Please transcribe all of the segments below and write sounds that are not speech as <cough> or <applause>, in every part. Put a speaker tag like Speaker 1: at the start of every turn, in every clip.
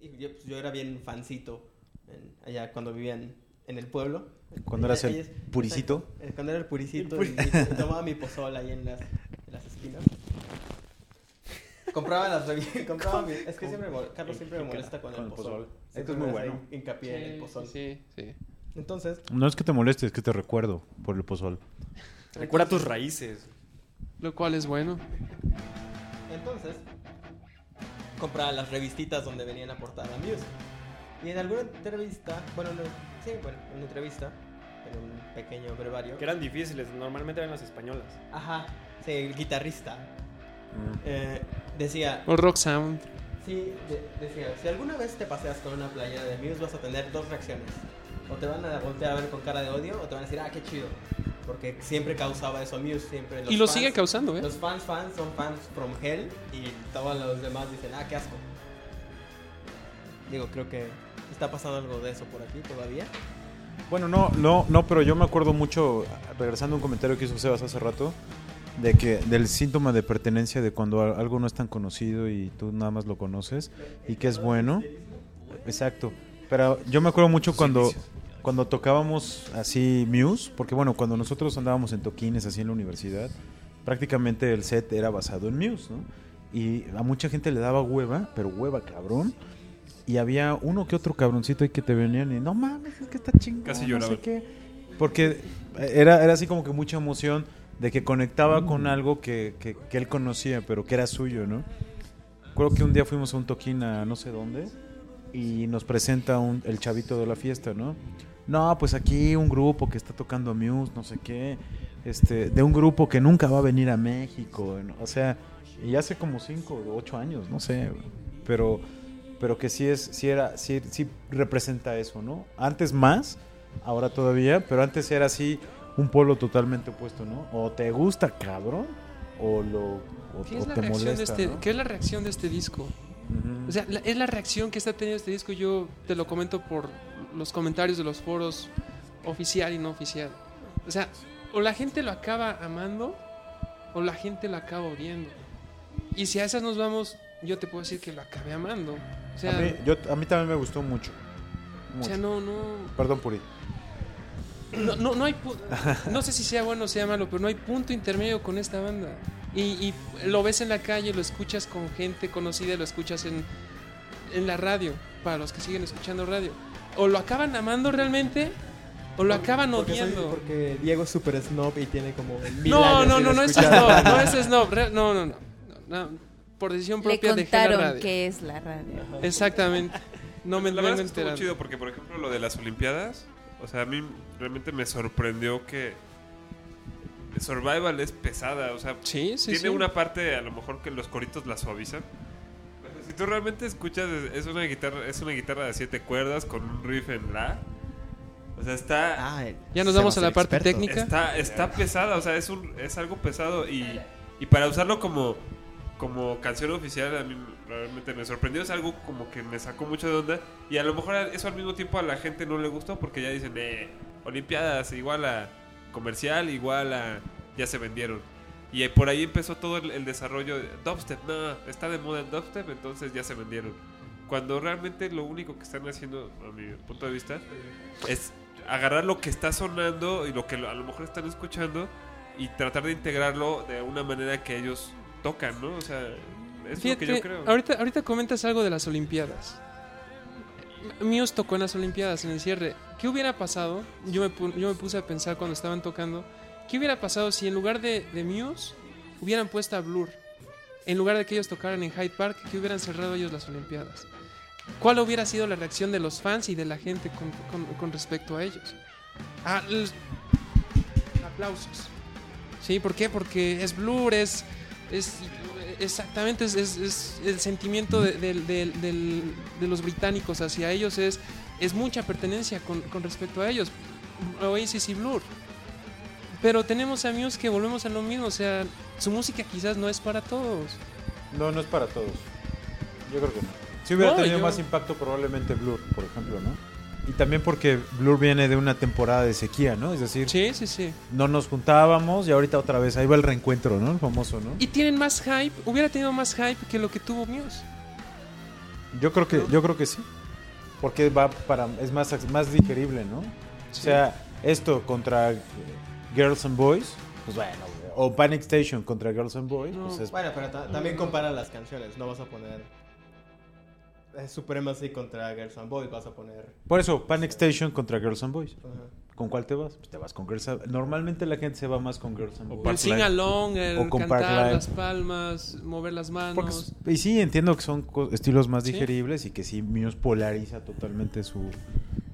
Speaker 1: y yo, pues, yo era bien fancito en- allá cuando vivía en, en el pueblo.
Speaker 2: Cuando eras
Speaker 1: Ahí
Speaker 2: el
Speaker 1: es-
Speaker 2: puricito.
Speaker 1: exacto, eh, Cuando era el puricito
Speaker 3: El
Speaker 1: y, y tomaba mi pozol ahí en las, en las esquinas. Compraba las revistas, <laughs> compraba mi... Es que siempre me mol- Carlos siempre me molesta con, el pozol.
Speaker 3: Es que
Speaker 1: Siempre
Speaker 3: es muy
Speaker 1: me hace
Speaker 3: bueno.
Speaker 1: Hincapié en el pozol.
Speaker 4: Sí, sí.
Speaker 1: Entonces,
Speaker 2: No es que te moleste, es que te recuerdo por el pozol.
Speaker 3: Recuerda tus raíces.
Speaker 4: Lo cual es bueno.
Speaker 1: Entonces, compraba las revistitas donde venían la portada Muse. Y en alguna entrevista, bueno, no, sí, bueno, en una entrevista, en un pequeño brevario.
Speaker 3: Que eran difíciles, normalmente eran las españolas.
Speaker 1: Ajá, sí, el guitarrista. eh, decía,
Speaker 4: O Rock Sound.
Speaker 1: sí, de- decía, si alguna vez te paseas con una playera de Muse vas a tener dos reacciones. O te van a voltear a ver con cara de odio o te van a decir, ah, qué chido. Porque siempre causaba eso Muse, siempre. los
Speaker 4: y lo
Speaker 1: fans-
Speaker 4: sigue causando, ¿eh?
Speaker 1: los fans fans son fans from hell y todos los demás dicen, ah, qué asco. Digo, creo que está pasando algo de eso por aquí todavía.
Speaker 2: Bueno, no, no, no, pero yo me acuerdo mucho, regresando a un comentario que hizo Sebas hace rato, de que del síntoma de pertenencia de cuando a- algo no es tan conocido y tú nada más lo conoces y que es bueno. Exacto. Pero yo me acuerdo mucho cuando, cuando tocábamos así Muse, porque bueno, cuando nosotros andábamos en toquines así en la universidad, prácticamente el set era basado en Muse, ¿no? Y a mucha gente le daba hueva, pero hueva cabrón. Y había uno que otro cabroncito ahí que te venían y no mames, es que está chingón.
Speaker 5: Casi
Speaker 2: no
Speaker 5: lloraba.
Speaker 2: sé qué". Porque era, era así como que mucha emoción de que conectaba
Speaker 5: Mm.
Speaker 2: con algo que, que- que él conocía, pero que era suyo, ¿no? Creo que un día fuimos a un toquín a no sé dónde y nos presenta un- el chavito de la fiesta, ¿no? No, pues aquí un grupo que está tocando Muse, no sé qué, este, de un grupo que nunca va a venir a México, ¿no? o sea, y hace como cinco o ocho años, no sé, pero, pero que sí es, sí era, sí, sí representa eso, ¿no? Antes más, ahora todavía, pero antes era así un polo totalmente opuesto, ¿no? O te gusta, cabrón, o lo, o,
Speaker 4: ¿Qué es,
Speaker 2: o
Speaker 4: la
Speaker 2: te
Speaker 4: reacción
Speaker 2: molesta,
Speaker 4: de este,
Speaker 2: ¿no?
Speaker 4: ¿Qué es la reacción de este disco?
Speaker 2: Ujú.
Speaker 4: O sea, la- es la reacción que está teniendo este disco. Yo te lo comento por los comentarios de los foros oficial y no oficial. O sea, o la gente lo acaba amando o la gente lo acaba odiando. Y si a esas nos vamos, yo te puedo decir que lo acabé amando. O sea,
Speaker 2: a, mí, yo- a mí también me gustó mucho.
Speaker 4: o
Speaker 2: Mucho.
Speaker 4: sea no, no,
Speaker 2: Perdón, Puri.
Speaker 4: no, no, no hay
Speaker 1: <laughs>
Speaker 4: pu- no sé si sea bueno o sea malo, pero no hay punto intermedio con esta banda. Y, y lo ves en la calle, lo escuchas con gente conocida, lo escuchas en, en la radio, para los que siguen escuchando radio. O lo acaban amando realmente, o lo acaban
Speaker 1: Porque soy-
Speaker 4: odiando.
Speaker 1: porque Diego es súper snob y tiene como mil
Speaker 4: No,
Speaker 1: años
Speaker 4: no,
Speaker 1: sin
Speaker 4: no, no es
Speaker 1: escuchar.
Speaker 4: snob, no es snob, re- no, no, no, no, no, Por <laughs> decisión
Speaker 6: Le
Speaker 4: propia dejé la
Speaker 6: contaron
Speaker 4: radio.
Speaker 6: que es la radio.
Speaker 4: Exactamente. No me vengo
Speaker 5: La verdad es que estuvo
Speaker 4: enterando.
Speaker 5: chido porque, por ejemplo, lo de las Olimpiadas, o sea, a mí realmente me sorprendió que Survival es pesada, o sea,
Speaker 4: Sí, sí,
Speaker 5: tiene
Speaker 4: sí.
Speaker 5: una parte a lo mejor que los coritos la suavizan. Pero Si tú realmente escuchas, es una guitarra, es una guitarra de siete cuerdas con un riff en la. O sea, está
Speaker 1: Ah, el-
Speaker 4: Ya nos vamos
Speaker 1: se
Speaker 4: a
Speaker 1: va
Speaker 4: la
Speaker 1: ser
Speaker 4: parte
Speaker 1: experto.
Speaker 4: técnica.
Speaker 5: Está, está pesada, o sea, es, un, es algo pesado y, y para usarlo como, como canción oficial a mí realmente me sorprendió, es algo como que me sacó mucho de onda y a lo mejor eso al mismo tiempo a la gente no le gustó porque ya dicen, eh, Olimpiadas igual a comercial, igual a ya se vendieron. Y eh, por ahí empezó todo el, el desarrollo de dubstep, no, está de moda el dubstep, entonces ya se vendieron. Cuando realmente lo único que están haciendo, a mi punto de vista, es agarrar lo que está sonando y lo que a lo mejor están escuchando y tratar de integrarlo de una manera que ellos tocan, ¿no? O sea, es lo que yo
Speaker 4: Fíjate,
Speaker 5: creo.
Speaker 4: Ahorita, ahorita comentas algo de las Olimpiadas. Muse tocó en las Olimpiadas, en el cierre. ¿Qué hubiera pasado? Yo me, pu- yo me puse a pensar cuando estaban tocando. ¿Qué hubiera pasado si en lugar de, de Muse hubieran puesto a Blur? En lugar de que ellos tocaran en Hyde Park, que hubieran cerrado ellos las Olimpiadas. ¿Cuál hubiera sido la reacción de los fans y de la gente con, con- con respecto a ellos? Ah, l- aplausos. ¿Sí? ¿Por qué? Porque es Blur, es es exactamente es, es- es el sentimiento de, del- del- del- de los británicos hacia ellos es es mucha pertenencia con, con respecto a ellos Oasis y Blur pero tenemos amigos que volvemos a lo mismo o sea su música quizás no es para todos
Speaker 2: No, no es para todos. Yo creo que no. Si hubiera
Speaker 4: No,
Speaker 2: tenido
Speaker 4: yo-
Speaker 2: más impacto probablemente Blur, por ejemplo, ¿no? Y también porque Blur viene de una temporada de sequía, ¿no? Es decir,
Speaker 4: sí sí sí
Speaker 2: no nos juntábamos y ahorita otra vez, ahí va el reencuentro, ¿no? El famoso, ¿no?
Speaker 4: y tienen más hype hubiera tenido más hype que lo que tuvo Muse
Speaker 2: Yo creo que, yo creo que sí. Porque va para, es más, más digerible, ¿no? O sea, esto contra eh, Girls and Boys, pues bueno, güey. o Panic Station contra Girls and Boys,
Speaker 4: No,
Speaker 2: pues es-
Speaker 1: Bueno, pero ta- también compara las canciones. No vas a poner eh, Supremacy contra Girls and Boys. Vas a poner.
Speaker 2: Por eso, Panic Station contra Girls and Boys.
Speaker 1: ajá.
Speaker 2: ¿Con cuál te vas? Pues te vas con Girls and Normalmente la gente se va más con Girls and
Speaker 5: O
Speaker 2: Boys.
Speaker 5: Park
Speaker 4: el sing
Speaker 2: O
Speaker 4: along, el
Speaker 2: con Park Live.
Speaker 4: cantar las palmas, mover las
Speaker 2: Porque
Speaker 4: manos.
Speaker 2: es- y sí, entiendo que son co- estilos más
Speaker 4: Sí.
Speaker 2: digeribles y que sí, Muse polariza totalmente su,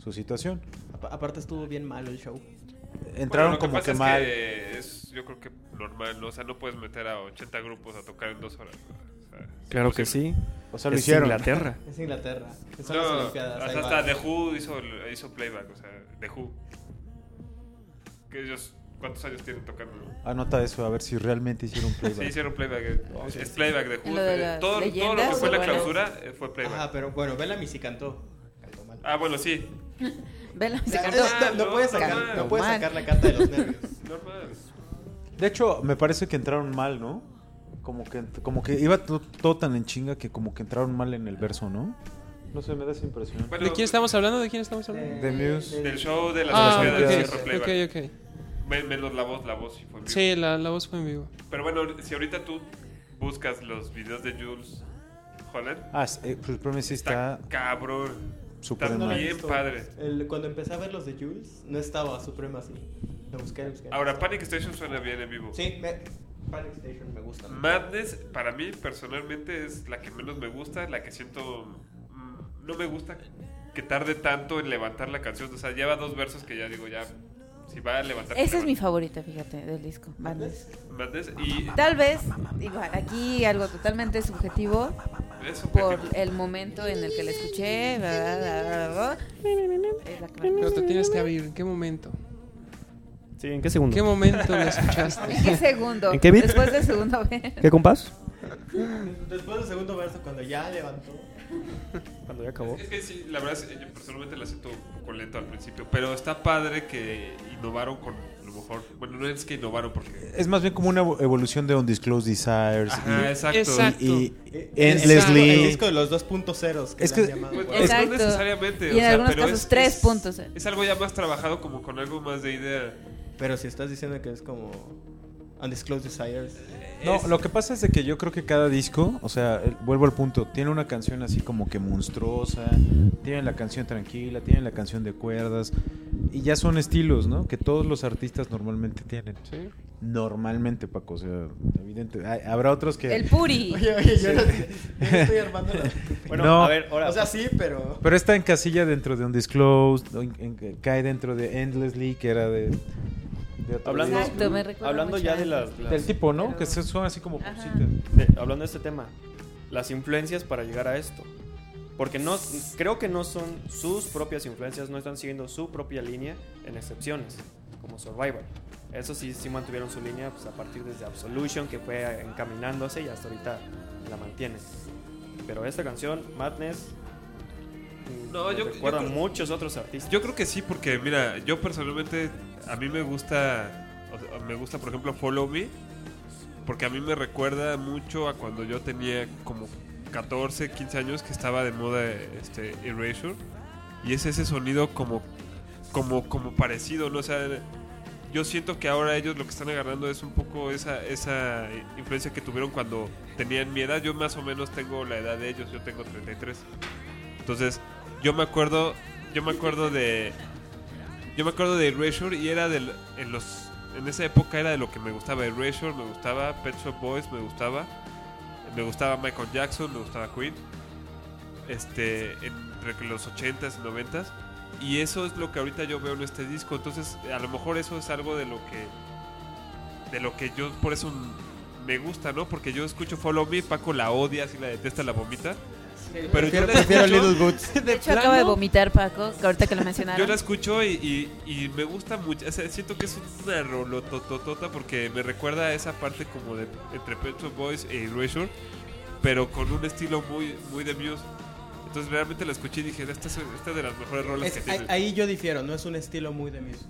Speaker 2: su situación.
Speaker 1: Apa- Aparte, estuvo bien malo el show.
Speaker 2: Entraron
Speaker 5: Bueno, lo
Speaker 2: como que,
Speaker 5: pasa es
Speaker 2: mal.
Speaker 5: que es, yo creo que normal, ¿no? O sea, no puedes meter a 80 grupos a tocar en dos horas. ¿no? O sea, es
Speaker 3: Claro que
Speaker 5: imposible.
Speaker 3: sí.
Speaker 2: O sea, lo
Speaker 3: Es
Speaker 2: hicieron.
Speaker 3: Inglaterra.
Speaker 1: Es Inglaterra. Son las
Speaker 5: No,
Speaker 1: Olimpiadas. ahí
Speaker 5: hasta,
Speaker 1: va.
Speaker 5: hasta The Who hizo, hizo playback, o sea, The Who. Que ellos, ¿cuántos años tienen tocando?
Speaker 2: Anota Ah, eso, a ver si realmente hicieron
Speaker 5: <laughs> Sí,
Speaker 2: playback.
Speaker 5: hicieron playback. eh, es- Es playback The Who. eh,
Speaker 6: ¿En Ah, lo de las
Speaker 5: Todo, todo lo que
Speaker 6: leyendas
Speaker 5: fue
Speaker 6: o
Speaker 5: la
Speaker 6: bueno?
Speaker 5: clausura eh, fue playback.
Speaker 1: Ajá, pero bueno, Bellamy sí cantó. Cantó mal.
Speaker 5: Ah, bueno, sí.
Speaker 6: Vela, se
Speaker 1: Ya,
Speaker 6: cantó.
Speaker 1: es- no, no puedes sacar,
Speaker 5: Cantó
Speaker 1: no puedes
Speaker 6: mal.
Speaker 1: sacar la carta de los nervios.
Speaker 5: <laughs> Normal.
Speaker 2: De hecho, me parece que entraron mal, ¿no? Como que, como que iba to- todo tan en chinga que como que entraron mal en el verso, ¿no? No sé, me da esa impresión.
Speaker 5: Bueno,
Speaker 4: ¿De quién estamos hablando? ¿De quién estamos
Speaker 1: Eh,
Speaker 4: hablando?
Speaker 2: The Muse.
Speaker 5: Del show de las
Speaker 4: Ah,
Speaker 5: Olimpiadas
Speaker 2: Olimpiadas.
Speaker 5: hicieron
Speaker 4: ok,
Speaker 5: playback.
Speaker 4: ok, ok.
Speaker 5: Men- Menos la voz, la voz sí fue en vivo.
Speaker 4: Sí, la, la voz fue en vivo.
Speaker 5: Pero bueno, si ahorita tú buscas los videos de Jules Holland,
Speaker 2: Ah, es- eh, Supremacy está
Speaker 5: está cabrón.
Speaker 2: súper
Speaker 5: está
Speaker 1: lo he
Speaker 2: mal.
Speaker 5: bien
Speaker 1: visto.
Speaker 5: padre.
Speaker 1: El- cuando empecé a ver los de Jules, no estaba Supremacy. Lo busqué, lo busqué.
Speaker 5: Ahora, Panic Station suena bien en vivo.
Speaker 1: Sí, me, Panic Station me gusta.
Speaker 5: Madness, para mí, personalmente, es la que menos me gusta, la que siento... mm, No me gusta que tarde tanto en levantar la canción. O sea, lleva dos versos que ya digo, ya... Si va a levantar...
Speaker 6: Esa es mi
Speaker 5: levanta.
Speaker 6: favorita, fíjate, del disco. Madness.
Speaker 5: Madness y...
Speaker 6: Tal vez, igual, aquí algo totalmente subjetivo
Speaker 5: Es un
Speaker 6: por
Speaker 5: objetivo.
Speaker 6: el momento en el que la escuché. bla, bla, bla, bla, bla. Es la que
Speaker 4: Pero
Speaker 6: más-
Speaker 4: te tienes que abrir. ¿En qué momento?
Speaker 3: Sí, ¿en qué
Speaker 4: ¿En
Speaker 3: segundo?
Speaker 4: qué momento la
Speaker 6: <laughs>
Speaker 4: escuchaste?
Speaker 6: ¿En qué segundo?
Speaker 3: ¿En qué beat?
Speaker 6: Después del segundo <laughs> vez.
Speaker 3: ¿Qué compás?
Speaker 1: Después del segundo verso, cuando ya levantó.
Speaker 3: Cuando ya acabó.
Speaker 5: Es que sí, la verdad, es que yo personalmente la siento un poco lento al principio, pero está padre que innovaron con, a lo mejor, bueno, no es que innovaron porque...
Speaker 2: Es más bien como una evo- evolución de Undisclosed Desires
Speaker 5: Ajá, exacto.
Speaker 4: Exacto.
Speaker 2: y, y
Speaker 1: Eh, Exacto.
Speaker 2: Endlessly.
Speaker 1: El disco de los 2.0 que es
Speaker 2: Es que-
Speaker 1: que, llamado.
Speaker 5: Pues,
Speaker 1: Bueno,
Speaker 5: o sea,
Speaker 6: Exacto.
Speaker 5: no necesariamente.
Speaker 6: Y
Speaker 5: o
Speaker 6: en
Speaker 5: sea,
Speaker 6: algunos
Speaker 5: pero
Speaker 6: casos
Speaker 5: es-
Speaker 6: tres
Speaker 5: es-
Speaker 6: puntos. eh.
Speaker 5: Es algo ya más trabajado como con algo más de idea.
Speaker 1: Pero si estás diciendo que es como Undisclosed Desires.
Speaker 2: No,
Speaker 5: Es-
Speaker 2: lo que pasa es de que yo creo que cada disco, o sea, el- vuelvo al punto, tiene una canción así como que monstruosa, tienen la canción tranquila, tienen la canción de cuerdas, y ya son estilos, ¿no? Que todos los artistas normalmente tienen.
Speaker 4: Sí.
Speaker 2: Normalmente, Paco, o sea, evidente. hay- habrá otros que...
Speaker 6: El Puri.
Speaker 1: Oye, oye, yo, no, yo no estoy armando <laughs> la...
Speaker 3: Bueno,
Speaker 2: No.
Speaker 3: a ver, ahora.
Speaker 1: O sea, sí, pero...
Speaker 2: Pero esta encasilla dentro de Undisclosed, o en- en- cae dentro de Endlessly, que era de... de otro
Speaker 3: hablando
Speaker 2: disco.
Speaker 6: Exacto, me recuerda
Speaker 3: hablando
Speaker 6: mucho
Speaker 3: ya
Speaker 6: a
Speaker 3: de
Speaker 6: eso.
Speaker 3: las. las-
Speaker 2: Del tipo, ¿no?
Speaker 6: Pero-
Speaker 2: Que se suena así como
Speaker 6: Ajá.
Speaker 2: popsita.
Speaker 3: de- hablando de este tema. Las influencias para llegar a esto. Porque no, creo que no son sus propias influencias, no están siguiendo su propia línea, en excepciones, como Survivor. Eso sí, sí mantuvieron su línea pues, a partir desde Absolution, que fue encaminándose y hasta ahorita la mantiene. Pero esta canción, Madness, mm,
Speaker 5: No,
Speaker 3: me
Speaker 5: yo- yo
Speaker 3: recuerda
Speaker 5: creo-
Speaker 3: a muchos otros artistas.
Speaker 5: Yo creo que sí, porque mira, yo personalmente, a mí me gusta, o sea, me gusta por ejemplo Follow Me, porque a mí me recuerda mucho a cuando yo tenía como 14, 15 años que estaba de moda este Erasure, y es ese sonido como, como, como parecido, ¿no? O sea, yo siento que ahora ellos lo que están agarrando es un poco esa, esa influencia que tuvieron cuando tenían mi edad, yo más o menos tengo la edad de ellos, yo tengo 33. Entonces, yo me acuerdo, yo me acuerdo de yo me acuerdo de Erasure y era del en los en esa época era de lo que me gustaba Erasure, me gustaba Pet Shop Boys, me gustaba me gustaba Michael Jackson, me gustaba Queen. Este entre los 80s y 90s y eso es lo que ahorita yo veo en este disco, entonces a lo mejor eso es algo de lo que de lo que yo por eso me gusta, ¿no? Porque yo escucho Follow Me, Paco la odia, así la detesta, la vomita. Pero yo la escucho-
Speaker 1: Boots.
Speaker 6: De hecho, acaba de vomitar Paco, que ahorita que lo
Speaker 5: Yo
Speaker 6: mencionaron.
Speaker 5: la escucho y, y- y me gusta mucho. o sea, siento que es una rolotototota porque me recuerda a esa parte como de entre Pet Shop Boys e Erasure, pero con un estilo muy, muy de Muse. Entonces realmente la escuché y dije, esta es, esta es de las mejores rolas que
Speaker 1: Es- ahí,
Speaker 5: tiene.
Speaker 1: ahí yo difiero, no es un estilo muy de Muse.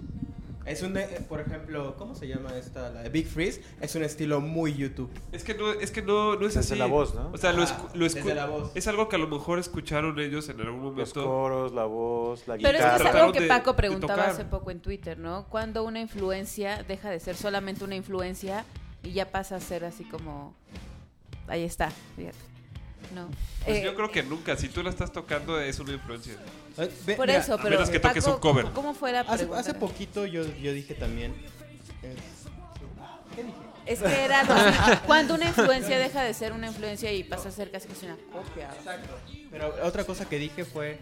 Speaker 1: Es un, de- eh, por ejemplo, ¿cómo se llama esta? La de Big Freeze. Es un estilo muy YouTube.
Speaker 5: Es que no es, que no, no es
Speaker 2: Desde
Speaker 5: así.
Speaker 2: la voz, ¿no?
Speaker 5: O sea, lo,
Speaker 1: Ajá,
Speaker 5: escu- lo escu-
Speaker 1: desde la voz.
Speaker 5: Es algo que a lo mejor escucharon ellos en algún
Speaker 2: Los
Speaker 5: momento.
Speaker 2: coros, la voz, la
Speaker 6: Pero es que
Speaker 2: guitarra.
Speaker 6: es
Speaker 5: Trataron
Speaker 6: algo que
Speaker 5: de-
Speaker 6: Paco
Speaker 5: de
Speaker 6: preguntaba
Speaker 5: tocar.
Speaker 6: hace poco en Twitter, ¿no? Cuando una influencia deja de ser solamente una influencia y ya pasa a ser así como... Ahí está, fíjate. No.
Speaker 5: Pues
Speaker 6: Eh,
Speaker 5: yo creo que nunca. Si tú la estás tocando, es una influencia.
Speaker 1: Eh, ve-
Speaker 6: Por
Speaker 1: mira,
Speaker 6: eso,
Speaker 5: a
Speaker 6: pero...
Speaker 5: menos que toques
Speaker 6: Paco,
Speaker 5: un cover.
Speaker 6: ¿Cómo fue la
Speaker 1: Hace,
Speaker 6: pregunta?
Speaker 1: hace poquito yo, yo dije también. eh, ¿Qué dije?
Speaker 6: Es que
Speaker 1: <laughs>
Speaker 6: era dos- cuando una influencia deja de ser una influencia y pasa a ser casi casi una copia.
Speaker 1: Exacto. Pero otra cosa que dije fue.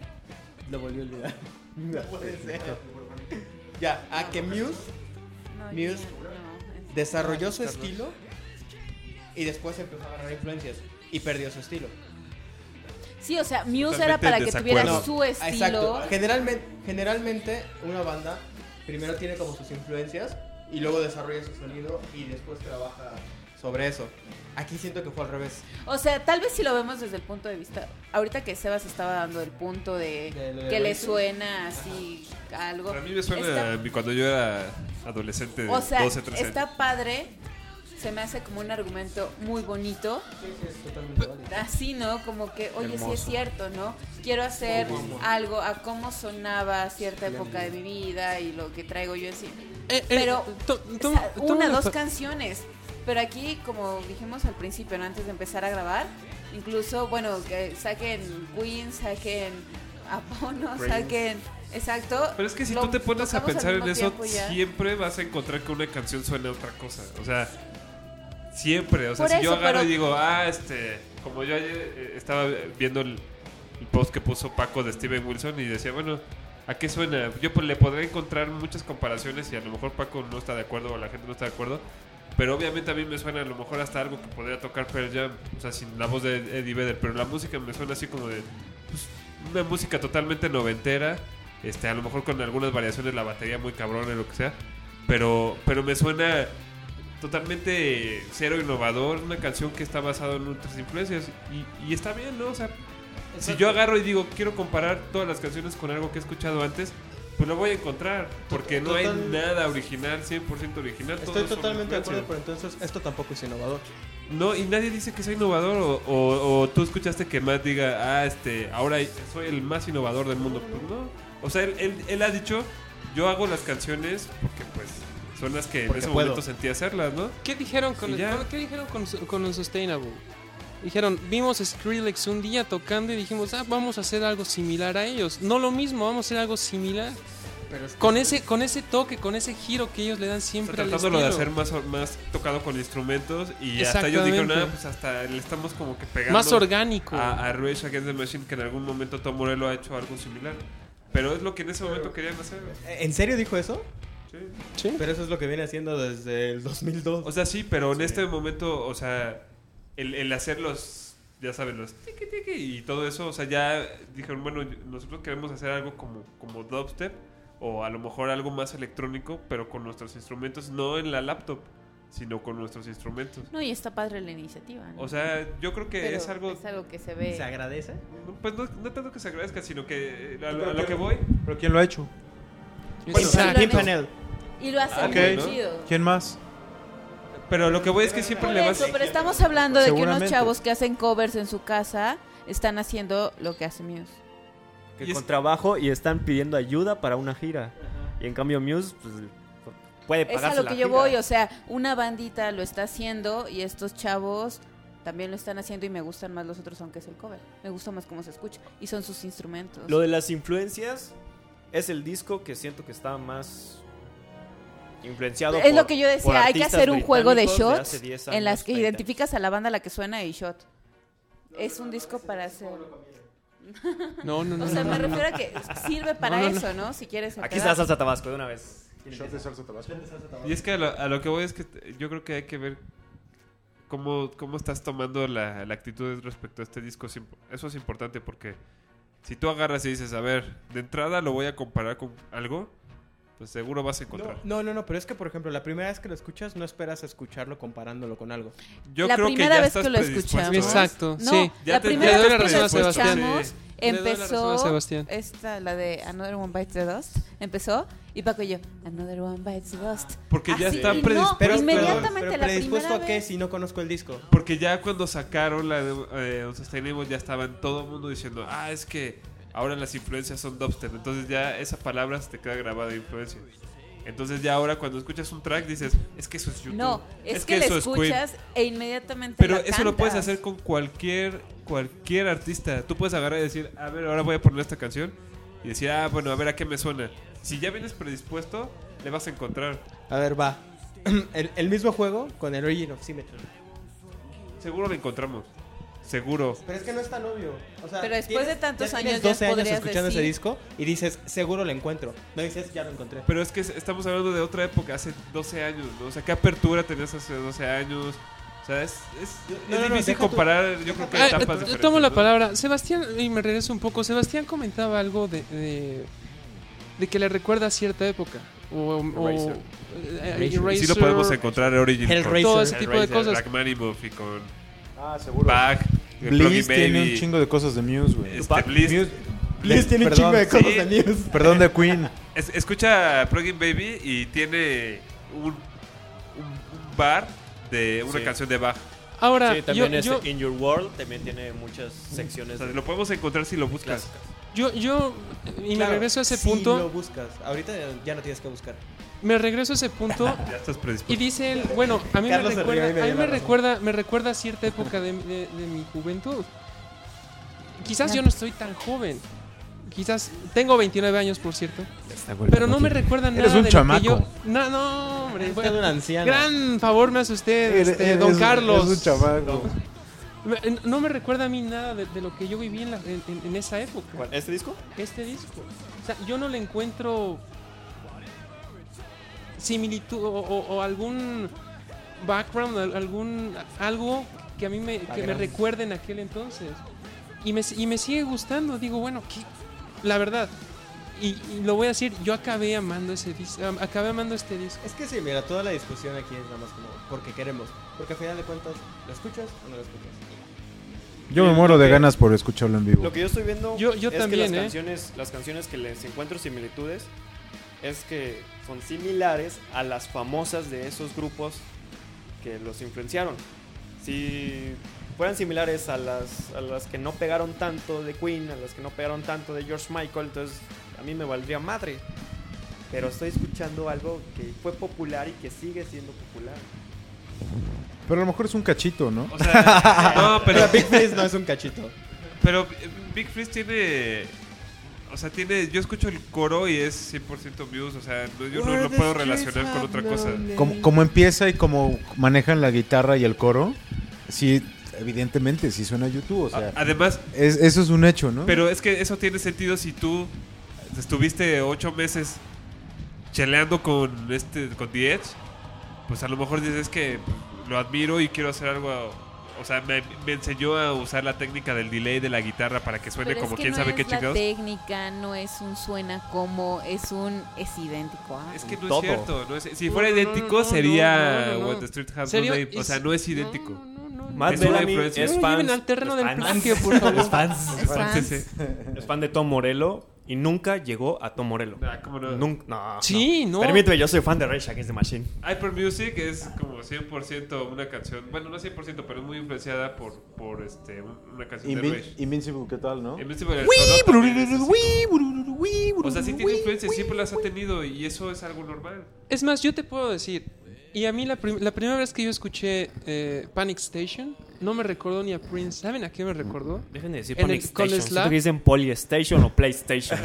Speaker 1: Lo volví a olvidar. <laughs> No puede ser. Ya, a que Muse
Speaker 6: No,
Speaker 1: Muse.
Speaker 6: ya, no, es-
Speaker 1: desarrolló su estilo y después empezó a agarrar influencias y perdió su estilo.
Speaker 6: Sí, o sea, Muse era
Speaker 5: Totalmente
Speaker 6: para
Speaker 5: en
Speaker 6: que tuviera
Speaker 5: desacuerdo.
Speaker 6: su estilo.
Speaker 1: Exacto. Generalmente, generalmente una banda primero tiene como sus influencias y luego desarrolla su sonido y después trabaja sobre eso. Aquí siento que fue al revés.
Speaker 6: O sea, tal vez si lo vemos desde el punto de vista. Ahorita que Sebas estaba dando el punto de,
Speaker 1: De lo de
Speaker 6: que le
Speaker 1: Oasis.
Speaker 6: suena así algo.
Speaker 5: Para mí me suena
Speaker 6: Está-
Speaker 5: a mí cuando yo era adolescente de
Speaker 6: o sea,
Speaker 5: 12, 13 años.
Speaker 6: está padre. Se me hace como un argumento muy bonito. Así, ¿no? Como que, oye, sí es cierto, ¿no? Quiero hacer algo a cómo sonaba cierta época de mi vida y lo que traigo yo así.
Speaker 4: Eh, eh,
Speaker 6: Pero
Speaker 4: to- to-
Speaker 6: O sea,
Speaker 4: toma
Speaker 6: una, dos
Speaker 4: pa-
Speaker 6: canciones. Pero aquí, como dijimos al principio, ¿no? antes de empezar a grabar, incluso, bueno, que saquen Queen, saquen Apono,
Speaker 5: Prince.
Speaker 6: saquen. Exacto.
Speaker 5: Pero es que si
Speaker 6: Lo
Speaker 5: tú te pones a
Speaker 6: tocamos al
Speaker 5: pensar en
Speaker 6: mismo
Speaker 5: eso,
Speaker 6: tiempo ya.
Speaker 5: siempre vas a encontrar que una canción suena a otra cosa. O sea, siempre. O sea,
Speaker 6: Por
Speaker 5: si yo
Speaker 6: eso,
Speaker 5: agarro
Speaker 6: pero-
Speaker 5: y digo, ah, este. Como yo ayer eh, estaba viendo el, el post que puso Paco de Steven Wilson y decía, bueno, ¿a qué suena? Yo pues, le podré encontrar muchas comparaciones y a lo mejor Paco no está de acuerdo o la gente no está de acuerdo. Pero obviamente a mí me suena a lo mejor hasta algo que podría tocar Pearl Jam, o sea, sin la voz de Eddie Vedder, pero la música me suena así como de pues, una música totalmente noventera, este, a lo mejor con algunas variaciones, la batería muy cabrona y lo que sea, pero, pero me suena totalmente cero innovador, una canción que está basada en otras influencias y, y está bien, ¿no? O sea, si yo agarro y digo, quiero comparar todas las canciones con algo que he escuchado antes, pues lo voy a encontrar, porque no hay
Speaker 1: Total-
Speaker 5: nada original, 100% original.
Speaker 1: Estoy
Speaker 5: todos son
Speaker 1: totalmente de acuerdo,
Speaker 5: influencias.
Speaker 1: pero entonces esto tampoco es innovador.
Speaker 5: No, y nadie dice que sea innovador o, o- o tú escuchaste que Matt diga, ah, este, ahora soy el más innovador del mundo. Pues no. O sea, él, él- él ha dicho, yo hago las canciones porque pues son las que
Speaker 1: Porque
Speaker 5: en ese
Speaker 1: puedo.
Speaker 5: momento sentí hacerlas, ¿no?
Speaker 4: ¿Qué dijeron con,
Speaker 5: Y
Speaker 4: el,
Speaker 5: ya.
Speaker 4: con- ¿qué dijeron con, su- con Unsustainable? Dijeron, vimos Skrillex un día tocando y dijimos, ah, vamos a hacer algo similar a ellos. No lo mismo, vamos a hacer algo similar.
Speaker 1: Pero es que-
Speaker 4: Con ese, con ese toque, con ese giro que ellos le dan
Speaker 5: O sea,
Speaker 4: siempre al
Speaker 5: tratándolo de
Speaker 4: estilo.
Speaker 5: hacer más, más tocado con instrumentos y hasta ellos dijeron,
Speaker 4: Exactamente.
Speaker 5: ah, pues hasta le estamos como que pegando.
Speaker 4: más orgánico.
Speaker 5: a, a Rage Against the Machine que en algún momento Tom Morello ha hecho algo similar. Pero es lo que en ese momento querían hacer.
Speaker 1: ¿En serio dijo eso?
Speaker 5: Sí.
Speaker 4: Sí.
Speaker 1: Pero eso es lo que viene haciendo desde el 2002.
Speaker 5: O sea, sí, pero en este momento, o sea, el, el hacer los, ya saben, los tiqui tiqui y todo eso, o sea, ya dijeron, bueno, nosotros queremos hacer algo como, como dubstep o a lo mejor algo más electrónico, pero con nuestros instrumentos, no en la laptop, sino con nuestros instrumentos.
Speaker 6: No, y está padre la iniciativa. ¿no?
Speaker 5: O sea, yo creo que
Speaker 6: Pero
Speaker 5: es algo,
Speaker 6: que se ve.
Speaker 1: ¿Se agradece?
Speaker 5: pues no, no tanto que se agradezca, sino que eh, a, lo-
Speaker 2: Pero
Speaker 5: a lo
Speaker 2: que-
Speaker 5: que voy,
Speaker 2: ¿Pero quién lo ha hecho?
Speaker 1: Bueno,
Speaker 4: Exacto.
Speaker 1: Pimp and Elle.
Speaker 6: Y lo hace
Speaker 5: Ah,
Speaker 6: muy
Speaker 5: ok.
Speaker 6: chido.
Speaker 2: ¿Quién más?
Speaker 5: pero lo que voy es que siempre
Speaker 6: Por
Speaker 5: le vas...
Speaker 6: eso, pero estamos hablando de que unos
Speaker 2: Seguramente.
Speaker 6: chavos que hacen covers en su casa están haciendo lo que hace Muse.
Speaker 7: que
Speaker 5: Y es-
Speaker 7: con trabajo y están pidiendo ayuda para una gira. Y en cambio Muse pues, puede
Speaker 6: Es
Speaker 7: pagarse
Speaker 6: a lo
Speaker 7: la
Speaker 6: que yo
Speaker 7: gira.
Speaker 6: voy, o sea, una bandita lo está haciendo y estos chavos también lo están haciendo y me gustan más los otros aunque es el cover. Me gusta más cómo se escucha y son sus instrumentos.
Speaker 7: Lo de las influencias es el disco que siento que está más influenciado
Speaker 6: es
Speaker 7: por-
Speaker 6: lo que yo
Speaker 7: por
Speaker 6: decía, hay que
Speaker 7: artistas
Speaker 6: hacer un juego de
Speaker 7: británicos
Speaker 6: shots
Speaker 7: hace 10
Speaker 6: en las
Speaker 7: años,
Speaker 6: que
Speaker 7: 30
Speaker 6: identificas a la banda a la que suena y shot. Es un disco para hacer.
Speaker 4: No, no, no.
Speaker 6: O sea,
Speaker 4: no,
Speaker 6: me
Speaker 4: no, no.
Speaker 6: refiero a que sirve para
Speaker 4: No, no, no.
Speaker 6: eso, ¿no? Si quieres.
Speaker 7: Aquí
Speaker 6: aclarar.
Speaker 7: está Salsa Tabasco de una vez.
Speaker 5: Y es que a lo, a lo que voy es que t- yo creo que hay que ver cómo, cómo estás tomando la, la actitud respecto a este disco. Es imp- Eso es importante porque si tú agarras y dices, a ver, de entrada lo voy a comparar con algo, pues seguro vas a encontrar.
Speaker 1: No, no, no, pero es que, por ejemplo, la primera vez que lo escuchas, no esperas a escucharlo comparándolo con algo.
Speaker 5: Yo
Speaker 6: la
Speaker 5: creo que
Speaker 6: primera
Speaker 5: ya
Speaker 6: vez
Speaker 5: estás
Speaker 6: que lo
Speaker 5: predispuesto,
Speaker 6: escuchamos.
Speaker 5: ¿eh?
Speaker 4: Exacto,
Speaker 6: No,
Speaker 4: sí.
Speaker 5: Ya
Speaker 6: la
Speaker 5: te-
Speaker 6: primera
Speaker 5: ya doy
Speaker 6: vez
Speaker 5: la
Speaker 6: que lo
Speaker 5: razón a Sebastián.
Speaker 6: escuchamos,
Speaker 5: Sí.
Speaker 4: Le doy la razón a
Speaker 6: empezó
Speaker 4: Sebastián.
Speaker 6: esta, la de Another One Bites the Dust, empezó y Paco y yo, Another One Bites the Dust.
Speaker 5: Porque ya
Speaker 6: Así,
Speaker 5: está
Speaker 6: Ah, y
Speaker 5: predispuesto.
Speaker 6: No, pero,
Speaker 5: Pero-
Speaker 6: inmediatamente
Speaker 1: pero
Speaker 6: la
Speaker 1: predispuesto
Speaker 6: primera
Speaker 1: a qué
Speaker 6: vez.
Speaker 1: si no conozco el disco.
Speaker 5: Porque ya cuando sacaron la de eh, Unsustainable ya estaban todo el mundo diciendo, ah, es que ahora las influencias son dubstep. Entonces ya esa palabra se te queda grabada de influencia. Entonces ya ahora cuando escuchas un track dices, es que eso es YouTube.
Speaker 6: No, es, que, la
Speaker 5: eso es Queen".
Speaker 6: escuchas e inmediatamente
Speaker 5: Pero
Speaker 6: la
Speaker 5: eso lo puedes
Speaker 6: cantas.
Speaker 5: hacer con cualquier cualquier artista. Tú puedes agarrar y decir, a ver, ahora voy a poner esta canción. Y decir, ah, bueno, a ver a qué me suena. Si ya vienes predispuesto, le vas a encontrar.
Speaker 1: A ver, va. <clears throat> El, el mismo juego con el Origin of Symmetry.
Speaker 5: Seguro le encontramos. Seguro.
Speaker 1: Pero es que no es tan obvio. O sea,
Speaker 6: Pero después
Speaker 1: tienes-
Speaker 6: de tantos
Speaker 1: ya tienes
Speaker 6: años ya
Speaker 1: 12 años
Speaker 6: podrías
Speaker 1: escuchando ese
Speaker 6: decir-
Speaker 1: disco y dices, seguro lo encuentro. No dices, ya lo encontré.
Speaker 5: Pero es que estamos hablando de otra época, hace 12 años, ¿no? O sea, ¿qué apertura tenías hace 12 años? O sea, es, es,
Speaker 1: No,
Speaker 5: es
Speaker 1: no, no,
Speaker 5: difícil
Speaker 1: deja tú-
Speaker 5: comparar, yo creo que
Speaker 4: Ah,
Speaker 5: etapas
Speaker 4: eh,
Speaker 5: diferentes.
Speaker 4: tomo la
Speaker 5: ¿no?
Speaker 4: palabra. Sebastián, y me regreso un poco. Sebastián comentaba algo de, de, de que le recuerda a cierta época. O, o-
Speaker 3: Eraser.
Speaker 4: eh,
Speaker 5: Sí
Speaker 4: Eraser,
Speaker 5: lo podemos encontrar en Origin. con
Speaker 1: Hellraiser.
Speaker 4: Todo ese
Speaker 5: Hellraiser,
Speaker 4: tipo de cosas.
Speaker 5: Rachmaninoff y con
Speaker 2: Ah, seguro.
Speaker 5: Bach, Bloggy
Speaker 2: Blizz tiene un
Speaker 5: Baby.
Speaker 2: chingo de cosas de Muse, güey.
Speaker 5: Este, Blizz.
Speaker 2: Muse-
Speaker 1: Blizz tiene un
Speaker 2: perdón,
Speaker 1: chingo de cosas
Speaker 5: sí.
Speaker 1: de news.
Speaker 2: Perdón, de Queen.
Speaker 5: Es- escucha Plugin Baby y tiene un, un- un bar de una
Speaker 7: Sí.
Speaker 5: canción de Bach.
Speaker 4: Ahora,
Speaker 7: Sí,
Speaker 4: yo,
Speaker 7: también es
Speaker 4: yo-
Speaker 7: In Your World, también tiene muchas
Speaker 5: O
Speaker 7: secciones
Speaker 5: sea,
Speaker 7: de
Speaker 5: lo podemos encontrar si lo buscas.
Speaker 7: clásicas.
Speaker 4: yo- yo- y me
Speaker 1: Claro,
Speaker 4: regreso a ese
Speaker 1: si
Speaker 4: punto.
Speaker 1: lo buscas. Ahorita ya no tienes que buscar.
Speaker 4: Me regreso a ese punto
Speaker 5: Ya estás
Speaker 4: y <laughs>
Speaker 5: predispuesto.
Speaker 4: dice él, bueno, a mí me
Speaker 1: Carlos se
Speaker 4: recuerda,
Speaker 1: rió y me
Speaker 4: a mí
Speaker 1: dio la
Speaker 4: me
Speaker 1: razón.
Speaker 4: recuerda, me recuerda a cierta época de, de- de mi juventud. Quizás yo no estoy tan joven. Quizás tengo 29 años, por cierto. Pero no me recuerda nada
Speaker 2: Eres un
Speaker 4: de
Speaker 2: chamaco.
Speaker 4: lo que yo. No, no, hombre.
Speaker 1: Eres un anciano.
Speaker 4: Gran favor me hace usted, este, don Carlos.
Speaker 2: Es un chamaco.
Speaker 4: Me- No me recuerda a mí nada de, de lo que yo viví en, la- en- en- en esa época.
Speaker 7: ¿Cuál? ¿Este disco?
Speaker 4: Este disco. O sea, yo no le encuentro similitud o, o- o algún background, al- algún algo que a mí me, que me
Speaker 1: Background.
Speaker 4: recuerde en aquel entonces. Y me, y me sigue gustando. Digo, bueno, ¿qué? la verdad. Y, y lo voy a decir, yo acabé amando ese disco, acabé amando este disco.
Speaker 1: Es que sí, mira, toda la discusión aquí es nada más como porque queremos. Porque al final de cuentas, ¿lo escuchas o no lo escuchas?
Speaker 2: Yo me muero de ganas por escucharlo en vivo.
Speaker 7: Lo que yo estoy viendo
Speaker 4: Yo- yo
Speaker 7: es
Speaker 4: también,
Speaker 7: que las
Speaker 4: ¿eh?
Speaker 7: canciones, las canciones que les encuentro similitudes es que son similares a las famosas de esos grupos que los influenciaron. Si fueran similares a las, a las que no pegaron tanto de Queen, a las que no pegaron tanto de George Michael, entonces a mí me valdría madre. Pero estoy escuchando algo que fue popular y que sigue siendo popular.
Speaker 2: Pero a lo mejor es un cachito, ¿no?
Speaker 5: O sea, no, <laughs> pero,
Speaker 1: Pero Big Face no es un cachito.
Speaker 5: pero eh, Big Freeze tiene... O sea, tiene... Yo escucho el coro y es 100% views. O sea, no- yo no lo puedo relacionar con otra cosa.
Speaker 2: Como, como empieza y como manejan la guitarra y el coro, sí, evidentemente, sí suena a YouTube. O sea,
Speaker 5: A- Además,
Speaker 2: es- eso es un hecho, ¿no?
Speaker 5: Pero es que eso tiene sentido si tú estuviste ocho meses cheleando con este con The Edge, pues a lo mejor dices que lo admiro y quiero hacer algo. O sea, me, me enseñó a usar la técnica del delay de la guitarra para que suene
Speaker 6: Pero
Speaker 5: como
Speaker 6: es que
Speaker 5: quién
Speaker 6: no
Speaker 5: sabe
Speaker 6: es
Speaker 5: qué
Speaker 6: la
Speaker 5: chingados.
Speaker 6: técnica, no es un suena como, es un es idéntico ¿ah? a.
Speaker 5: Es que no
Speaker 7: Todo.
Speaker 5: es cierto. no es- si
Speaker 4: No,
Speaker 5: fuera
Speaker 4: no, no,
Speaker 5: idéntico,
Speaker 4: no, no,
Speaker 5: sería
Speaker 4: no, no, no.
Speaker 5: What the Street Has No
Speaker 4: ¿Serio?
Speaker 5: Name. O
Speaker 4: Es-
Speaker 5: sea, no es idéntico.
Speaker 4: No, no, no, no.
Speaker 7: Matt
Speaker 5: Es una
Speaker 7: Bellamy
Speaker 5: influencia.
Speaker 7: es
Speaker 4: No me
Speaker 7: fan,
Speaker 4: lleven al terreno
Speaker 7: es
Speaker 4: del
Speaker 7: fan.
Speaker 4: plagio, por
Speaker 5: <laughs>
Speaker 4: favor.
Speaker 6: Es
Speaker 5: Sí,
Speaker 6: fans.
Speaker 5: sí.
Speaker 7: Es fan de Tom Morello y nunca llegó a Tom Morello.
Speaker 5: Nah, ¿cómo no?
Speaker 7: Nunca, no,
Speaker 4: Sí, no.
Speaker 7: Permíteme, yo soy fan de Rage Against the Machine.
Speaker 5: Hyper Music es como 100% una canción, bueno, no 100%, pero es muy influenciada por, por este, un- una canción de Rage. este
Speaker 2: Invincible, ¿qué tal, no?
Speaker 5: Invincible del Zorro también es así. O sea, sí tiene influencia, siempre las ha tenido y eso es algo normal.
Speaker 4: Es más, yo te puedo decir, y a mí la, prim- la primera vez que yo escuché eh, Panic Station, no me recordó ni a Prince. ¿Saben a qué me recordó?
Speaker 7: Dejen de decir
Speaker 4: En el-
Speaker 7: Panic
Speaker 4: con el
Speaker 7: Station.
Speaker 4: slap.
Speaker 7: Siento que dicen Polystation
Speaker 4: <laughs>
Speaker 7: o PlayStation.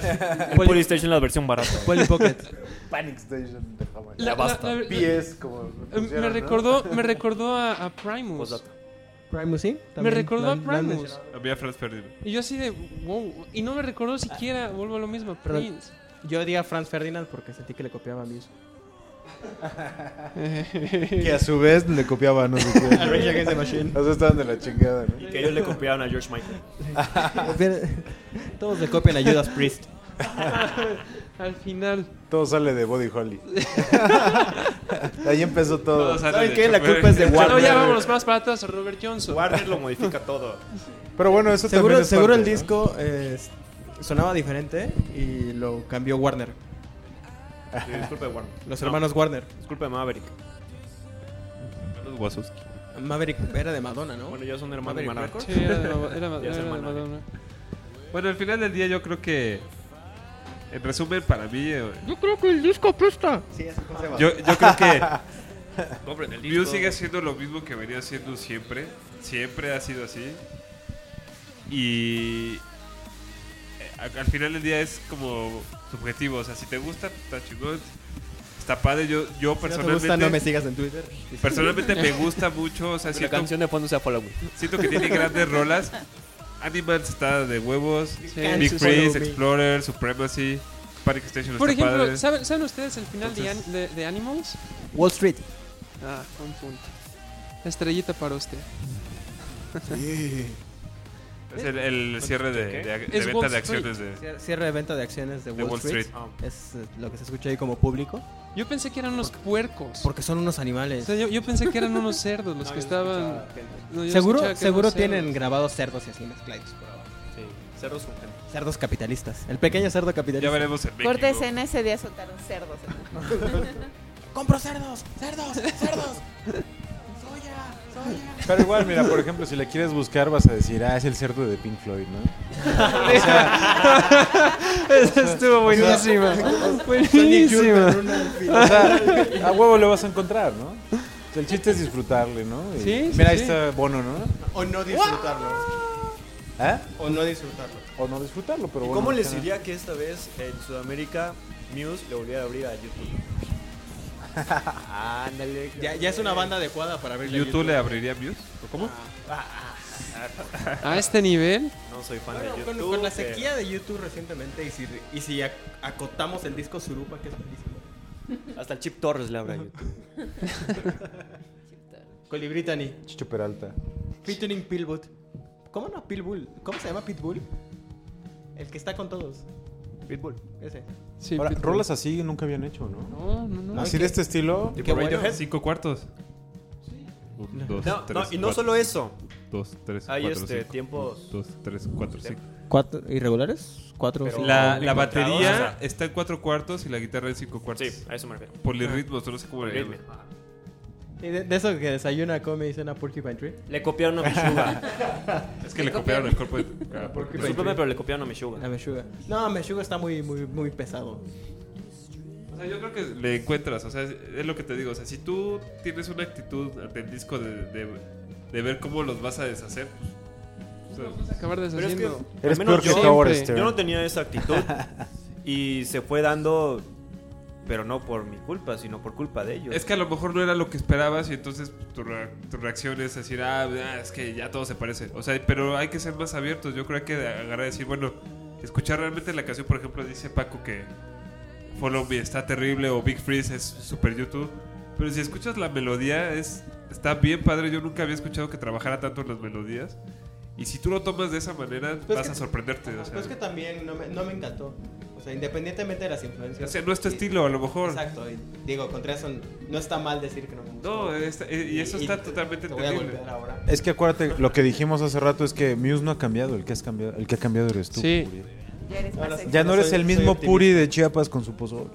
Speaker 4: Poly-
Speaker 7: Polystation es la versión barata.
Speaker 4: Polly Pocket.
Speaker 2: Panic Station de Hawái.
Speaker 4: La- la- la-
Speaker 2: PS, como.
Speaker 4: eh, me recordó, me recordó a, a Primus.
Speaker 7: Posdata.
Speaker 1: Primus, sí.
Speaker 4: Me recordó a Primus.
Speaker 5: A mí a Franz Ferdinand.
Speaker 4: Y yo así de, wow. Y no me recordó siquiera, vuelvo a lo mismo, a
Speaker 1: Pero-
Speaker 4: Prince.
Speaker 1: Yo odié a Franz Ferdinand porque sentí que le copiaba a
Speaker 4: <laughs>
Speaker 1: Muse.
Speaker 2: Que a su vez le copiaba, no sé qué.
Speaker 1: A Rage Against the Machine.
Speaker 2: O sea, estaban de la chingada, ¿no?
Speaker 7: Y que ellos le copiaron a George Michael.
Speaker 1: Todos le copian a Judas Priest.
Speaker 4: Al final.
Speaker 2: Todo sale de Body Holly. Ahí empezó todo.
Speaker 5: Todo sale
Speaker 7: ¿Saben
Speaker 5: de
Speaker 7: qué? La
Speaker 5: Chopper.
Speaker 7: culpa es de
Speaker 4: No, ya
Speaker 7: Warner.
Speaker 4: vámonos más para atrás a Robert Johnson.
Speaker 7: Warner lo modifica todo.
Speaker 2: Pero bueno, eso
Speaker 1: Seguro,
Speaker 2: también es
Speaker 1: seguro el
Speaker 2: parte, ¿no?
Speaker 1: disco eh, sonaba diferente y lo cambió Warner.
Speaker 7: Sí, es culpa de Warner.
Speaker 1: Los
Speaker 7: No,
Speaker 1: hermanos Warner.
Speaker 7: Es culpa de Maverick.
Speaker 5: Los Wazowski.
Speaker 1: Maverick era de Madonna, ¿no?
Speaker 7: Bueno, yo soy un hermano de
Speaker 1: Maverick
Speaker 7: Maverick.
Speaker 1: Records.
Speaker 4: Sí, era de, Mad- era Mad-
Speaker 7: Ya
Speaker 4: era
Speaker 7: es
Speaker 4: de
Speaker 7: hermano.
Speaker 4: Madonna.
Speaker 5: <laughs> Bueno, al final del día yo creo que... En resumen, para mí... eh,
Speaker 4: Yo creo que el disco apesta.
Speaker 7: Sí, es José
Speaker 5: Yo, yo creo que... Muse sigue haciendo lo mismo que venía haciendo siempre. Siempre ha sido así. Y... eh, a- Al final del día es como subjetivo. O sea, si te gusta, está chingón. Está padre. Yo,
Speaker 1: Si no
Speaker 5: yo
Speaker 1: te
Speaker 5: personalmente...
Speaker 1: gusta, no me sigas en Twitter.
Speaker 5: Personalmente me gusta mucho. O sea,
Speaker 7: La
Speaker 5: siento,
Speaker 7: canción de fondo sea Follow Me.
Speaker 5: siento que
Speaker 1: <laughs>
Speaker 5: tiene grandes rolas. Animals está de huevos.
Speaker 4: Sí.
Speaker 5: Big
Speaker 1: Follow
Speaker 5: Freeze,
Speaker 1: Me.
Speaker 5: Explorer, Supremacy. Panic Station
Speaker 4: Por
Speaker 5: está
Speaker 4: ejemplo,
Speaker 5: padre.
Speaker 4: ¿saben, saben ustedes el final de An- de, de Animals?
Speaker 1: Wall Street.
Speaker 4: Ah, un punto. Estrellita para usted.
Speaker 5: Es el, el cierre de, de, de
Speaker 4: Es
Speaker 5: venta
Speaker 4: Wall
Speaker 5: de
Speaker 4: Street.
Speaker 5: acciones de,
Speaker 1: Cier- Cierre de venta de acciones de
Speaker 5: de
Speaker 1: Wall,
Speaker 5: Wall
Speaker 1: Street.
Speaker 5: Street.
Speaker 1: Es eh, lo que se escucha ahí como público.
Speaker 4: Yo pensé que eran unos puercos.
Speaker 1: Porque son unos
Speaker 4: O
Speaker 1: animales.
Speaker 4: sea, yo, yo pensé que eran unos cerdos
Speaker 7: <laughs>
Speaker 4: los que estaban. No, yo escuchaba
Speaker 1: Seguro,
Speaker 4: que
Speaker 1: seguro
Speaker 4: eran cerdos.
Speaker 1: tienen grabados cerdos y así mezclados por abajo.
Speaker 7: Sí, cerros con gente.
Speaker 1: Cerdos capitalistas. El pequeño cerdo
Speaker 5: Ya
Speaker 1: capitalista.
Speaker 5: veremos en México.
Speaker 6: Corta escena, ese día soltaron cerdos.
Speaker 1: ¡Compro cerdos! ¡Cerdos! ¡Cerdos! ¡Soya! ¡Soya!
Speaker 2: Pero igual, mira, por ejemplo, si le quieres buscar, vas a decir, ah, es el cerdo de Pink Floyd, ¿no?
Speaker 4: Esa estuvo buenísima.
Speaker 2: <laughs>
Speaker 4: <laughs> buenísima.
Speaker 2: O sea, a huevo lo vas a encontrar, ¿no? O sea, el chiste es disfrutarle, ¿no? Y
Speaker 4: Sí, sí,
Speaker 2: Mira, ahí
Speaker 4: sí.
Speaker 2: está Bono, ¿no?
Speaker 1: O no disfrutarlo.
Speaker 2: ¿Ah?
Speaker 1: O no disfrutarlo.
Speaker 2: O no disfrutarlo, pero bueno.
Speaker 7: ¿Cómo les
Speaker 2: ajá.
Speaker 7: diría que esta vez en Sudamérica Muse le volviera a abrir a YouTube? Ándale.
Speaker 1: Ya, ya es una banda adecuada para ver
Speaker 5: ¿YouTube le abriría views? ¿O cómo?
Speaker 4: A este nivel,
Speaker 7: No soy fan
Speaker 1: Bueno,
Speaker 7: de
Speaker 1: con,
Speaker 7: YouTube.
Speaker 1: con la
Speaker 7: pero-
Speaker 1: sequía de YouTube recientemente y si, y si ac- acotamos el disco Surupa, que es buenísimo.
Speaker 7: Hasta el Chip Torres le abre a YouTube.
Speaker 1: Colibritani,
Speaker 2: Chicho Peralta.
Speaker 1: featuring Pillbut. ¿Cómo no Pillbull? ¿Cómo se llama Pitbull? El que está con todos.
Speaker 7: Pitbull.
Speaker 1: Ese.
Speaker 4: sí.
Speaker 2: Ahora,
Speaker 4: Pitbull.
Speaker 2: rolas así nunca habían hecho, ¿no?
Speaker 4: No, no, no.
Speaker 2: Así de este estilo.
Speaker 1: Qué bueno.
Speaker 5: Cinco cuartos. Un, dos,
Speaker 7: No,
Speaker 5: tres,
Speaker 7: no, y no
Speaker 5: cuatro,
Speaker 7: solo eso.
Speaker 5: Dos, tres,
Speaker 7: Hay
Speaker 5: cuatro,
Speaker 7: este,
Speaker 5: cinco.
Speaker 7: tiempos.
Speaker 5: Dos, tres, cuatro, cinco.
Speaker 1: ¿Cuatro irregulares? Cuatro.
Speaker 7: Pero-
Speaker 1: cinco.
Speaker 5: La,
Speaker 7: Encontrados,
Speaker 5: la batería
Speaker 7: o sea.
Speaker 5: está en cuatro cuartos y la guitarra en cinco cuartos.
Speaker 7: Sí, a eso me refiero.
Speaker 5: Polirritmos, no sé cómo le
Speaker 7: Ritmo.
Speaker 5: llaman.
Speaker 1: Y de, de eso que desayuna, come y cena Porcupine Tree.
Speaker 7: Le copiaron a <laughs> Meshuga.
Speaker 5: Es que le copiaron el cuerpo de... Ah, porque-
Speaker 7: Discúlpame, pero le copiaron a Meshuga.
Speaker 1: La Meshuga. No, Meshuga está muy, muy, muy pesado.
Speaker 5: O sea, yo creo que le encuentras, o sea, es- es lo que te digo, o sea, si tú tienes una actitud ante el disco de, de, de ver cómo los vas a deshacer, pues, o sea,
Speaker 4: Acabar
Speaker 7: Pero es que, este,
Speaker 4: deshaciendo.
Speaker 2: Eres
Speaker 7: al menos
Speaker 2: peor que
Speaker 7: yo,
Speaker 2: Howard
Speaker 4: siempre-
Speaker 2: Stern.
Speaker 7: yo no tenía esa actitud y se fue dando, pero no por mi culpa, sino por culpa de ellos.
Speaker 5: Es que a lo mejor no era lo que esperabas y entonces tu, re- tu reacción es decir, ah, ah, es que ya todo se parece. O sea, pero hay que ser más abiertos. Yo creo que hay que agarrar y decir, bueno, escuchar realmente la canción, por ejemplo, dice Paco que Follow Me está terrible o Big Freeze es super YouTube. Pero si escuchas la melodía, es, está bien padre. Yo nunca había escuchado que trabajara tanto en las melodías. Y si tú lo tomas de esa manera,
Speaker 1: Pues
Speaker 5: vas
Speaker 1: que-
Speaker 5: a sorprenderte. O sea,
Speaker 1: Pues que también no me, no me encantó. O sea, independientemente de las influencias.
Speaker 5: o sea, no es tu estilo, a lo mejor.
Speaker 1: Exacto, y digo, contra eso no está mal decir que no me gusta.
Speaker 5: No, está- y eso está
Speaker 1: te-
Speaker 5: totalmente
Speaker 1: te voy a
Speaker 5: entendible.
Speaker 1: golpear ahora.
Speaker 2: Es que acuérdate, lo que dijimos hace rato es que Muse no ha cambiado, el que, has cambiado, el que ha cambiado eres tú.
Speaker 4: Sí.
Speaker 2: Puri.
Speaker 6: Ya eres más
Speaker 1: Ahora sí.
Speaker 6: sexy.
Speaker 2: Ya no eres
Speaker 1: Soy-
Speaker 2: el
Speaker 1: soy
Speaker 2: mismo
Speaker 1: optimista.
Speaker 2: Puri de Chiapas con su pozole.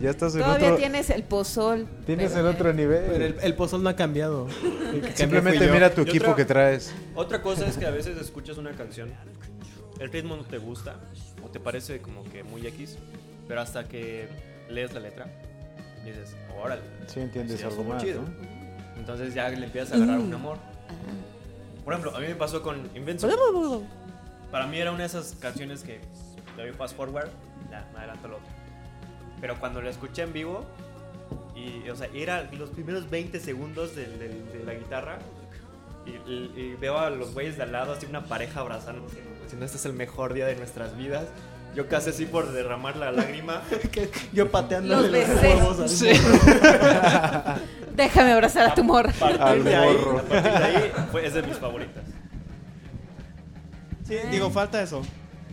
Speaker 2: ya estás en
Speaker 6: Todavía
Speaker 2: otro,
Speaker 6: tienes el pozol.
Speaker 2: tienes en
Speaker 6: pero-
Speaker 2: otro
Speaker 1: Pero el,
Speaker 2: nivel.
Speaker 1: el pozol no ha cambiado. El que cambió fui
Speaker 2: Simplemente
Speaker 1: yo.
Speaker 2: mira tu
Speaker 7: Yo
Speaker 2: equipo
Speaker 7: tra-
Speaker 2: que traes.
Speaker 7: Otra cosa es que a veces escuchas una canción, el ritmo no te gusta o te parece como que muy X, pero hasta que lees la letra dices, órale.
Speaker 2: Sí, entiendes
Speaker 7: Sí,
Speaker 2: algo
Speaker 7: estuvo
Speaker 2: más,
Speaker 7: chido.
Speaker 2: ¿no?
Speaker 7: Entonces ya le empiezas a agarrar un amor. Por ejemplo, a mí me pasó con Invincible. Para mí era una de esas canciones que le doy fast forward, la, me adelanto al otro. Pero cuando la escuché en vivo, y, o sea, era los primeros 20 segundos del- del- de, la guitarra, y, y- y veo a los güeyes de al lado, así una pareja abrazándose. Diciendo, este es el mejor día de nuestras vidas. Yo casi así por derramar la lágrima.
Speaker 1: <laughs> Que Yo pateando
Speaker 6: Los besé.
Speaker 4: Sí.
Speaker 6: Déjame abrazar a tu morra.
Speaker 7: A partir de
Speaker 2: <laughs> Al
Speaker 7: ahí,
Speaker 2: morro.
Speaker 7: a partir de ahí, fue- es de mis favoritas.
Speaker 1: Digo, falta eso.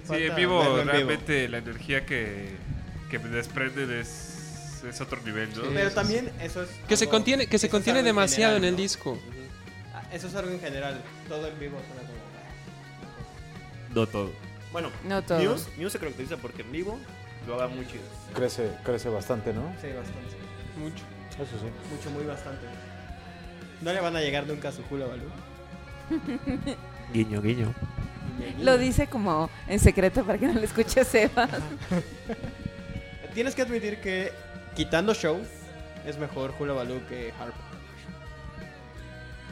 Speaker 5: Sí, en vivo realmente la energía que, que me desprenden es, es otro nivel, ¿no?
Speaker 1: Pero también eso es.
Speaker 4: Que se
Speaker 1: algo-
Speaker 4: contiene, que
Speaker 1: eso
Speaker 4: se
Speaker 1: es
Speaker 4: contiene
Speaker 1: algo en
Speaker 4: demasiado en
Speaker 1: general,
Speaker 4: el
Speaker 1: ¿no?
Speaker 4: disco.
Speaker 1: Ah, Eso es algo en general. Todo en vivo suena como. ah.
Speaker 5: No todo.
Speaker 7: Bueno,
Speaker 6: No todo.
Speaker 7: Muse, Muse se caracteriza porque en vivo lo haga muy chido.
Speaker 2: Crece, crece bastante, ¿no?
Speaker 1: Sí, bastante.
Speaker 4: Mucho.
Speaker 2: Eso sí.
Speaker 1: Mucho, muy bastante. No le van a llegar nunca a su Hula Balú.
Speaker 7: Guiño, guiño.
Speaker 6: Lo dice como en secreto para que no le escuche Seba.
Speaker 1: Tienes que admitir que quitando show es mejor Hula Baloo que Harp.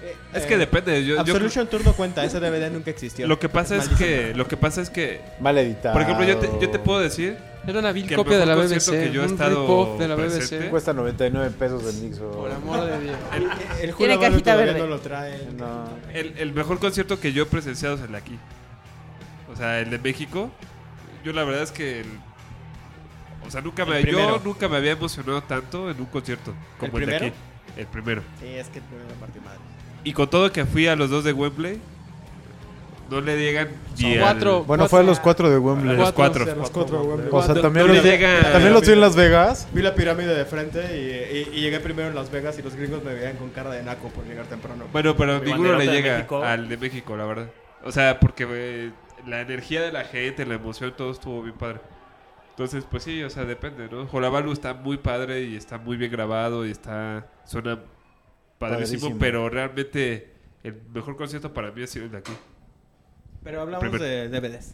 Speaker 1: Eh,
Speaker 5: Es
Speaker 1: eh,
Speaker 5: que depende. Yo, yo-
Speaker 1: Absolution Tour no cuenta, ese DVD nunca existió.
Speaker 5: lo que pasa es
Speaker 1: Maldición.
Speaker 5: que, lo que pasa es que,
Speaker 2: Mal editado.
Speaker 5: por ejemplo, yo te, yo te puedo decir
Speaker 4: Era una vil
Speaker 5: Que el
Speaker 4: copia de la
Speaker 5: mejor concierto
Speaker 4: BBC.
Speaker 5: que yo he
Speaker 4: un
Speaker 5: estado
Speaker 4: rip-off de la
Speaker 5: presente.
Speaker 4: BBC.
Speaker 2: Cuesta 99 pesos el Nixo.
Speaker 4: Por amor de
Speaker 5: <laughs>
Speaker 4: Dios.
Speaker 1: El Hula
Speaker 6: Tiene
Speaker 1: Baloo
Speaker 6: cajita
Speaker 1: todavía
Speaker 6: verde.
Speaker 1: no lo trae.
Speaker 2: No.
Speaker 5: el, el mejor concierto que yo he presenciado es el de aquí. O sea, el de México. Yo la verdad es que, el- o sea, nunca me,
Speaker 1: El primero.
Speaker 5: yo nunca me había emocionado tanto en un concierto como
Speaker 1: ¿El
Speaker 5: el, de
Speaker 1: primero?
Speaker 5: aquí. El primero.
Speaker 1: Sí, es que primero la parte madre.
Speaker 5: Y con todo que fui a los dos de Wembley, no le llegan ni al-
Speaker 4: cuatro.
Speaker 2: Bueno, fue a los cuatro de
Speaker 5: a
Speaker 2: Wembley.
Speaker 5: los cuatro.
Speaker 1: Los cuatro, güey.
Speaker 2: O sea,
Speaker 4: No-
Speaker 2: también,
Speaker 5: no
Speaker 2: los,
Speaker 5: le llega-
Speaker 2: también los vi en Las Vegas.
Speaker 1: Vi la pirámide de frente y, y- y llegué primero en Las Vegas y los gringos me veían con cara de naco por llegar temprano.
Speaker 5: Bueno, pero
Speaker 7: Mi
Speaker 5: ninguno le
Speaker 7: banderota de
Speaker 5: llega
Speaker 7: México.
Speaker 5: al de México, la verdad. O sea, porque eh, la energía de la gente, la emoción, todo estuvo bien padre. Entonces, pues sí, o sea, depende, ¿no? Jolabalu está muy padre y está muy bien grabado y está. suena padrísimo,
Speaker 2: Padrísimo.
Speaker 5: pero realmente el mejor concierto para mí ha sido el de aquí.
Speaker 1: Pero hablamos de DVDs.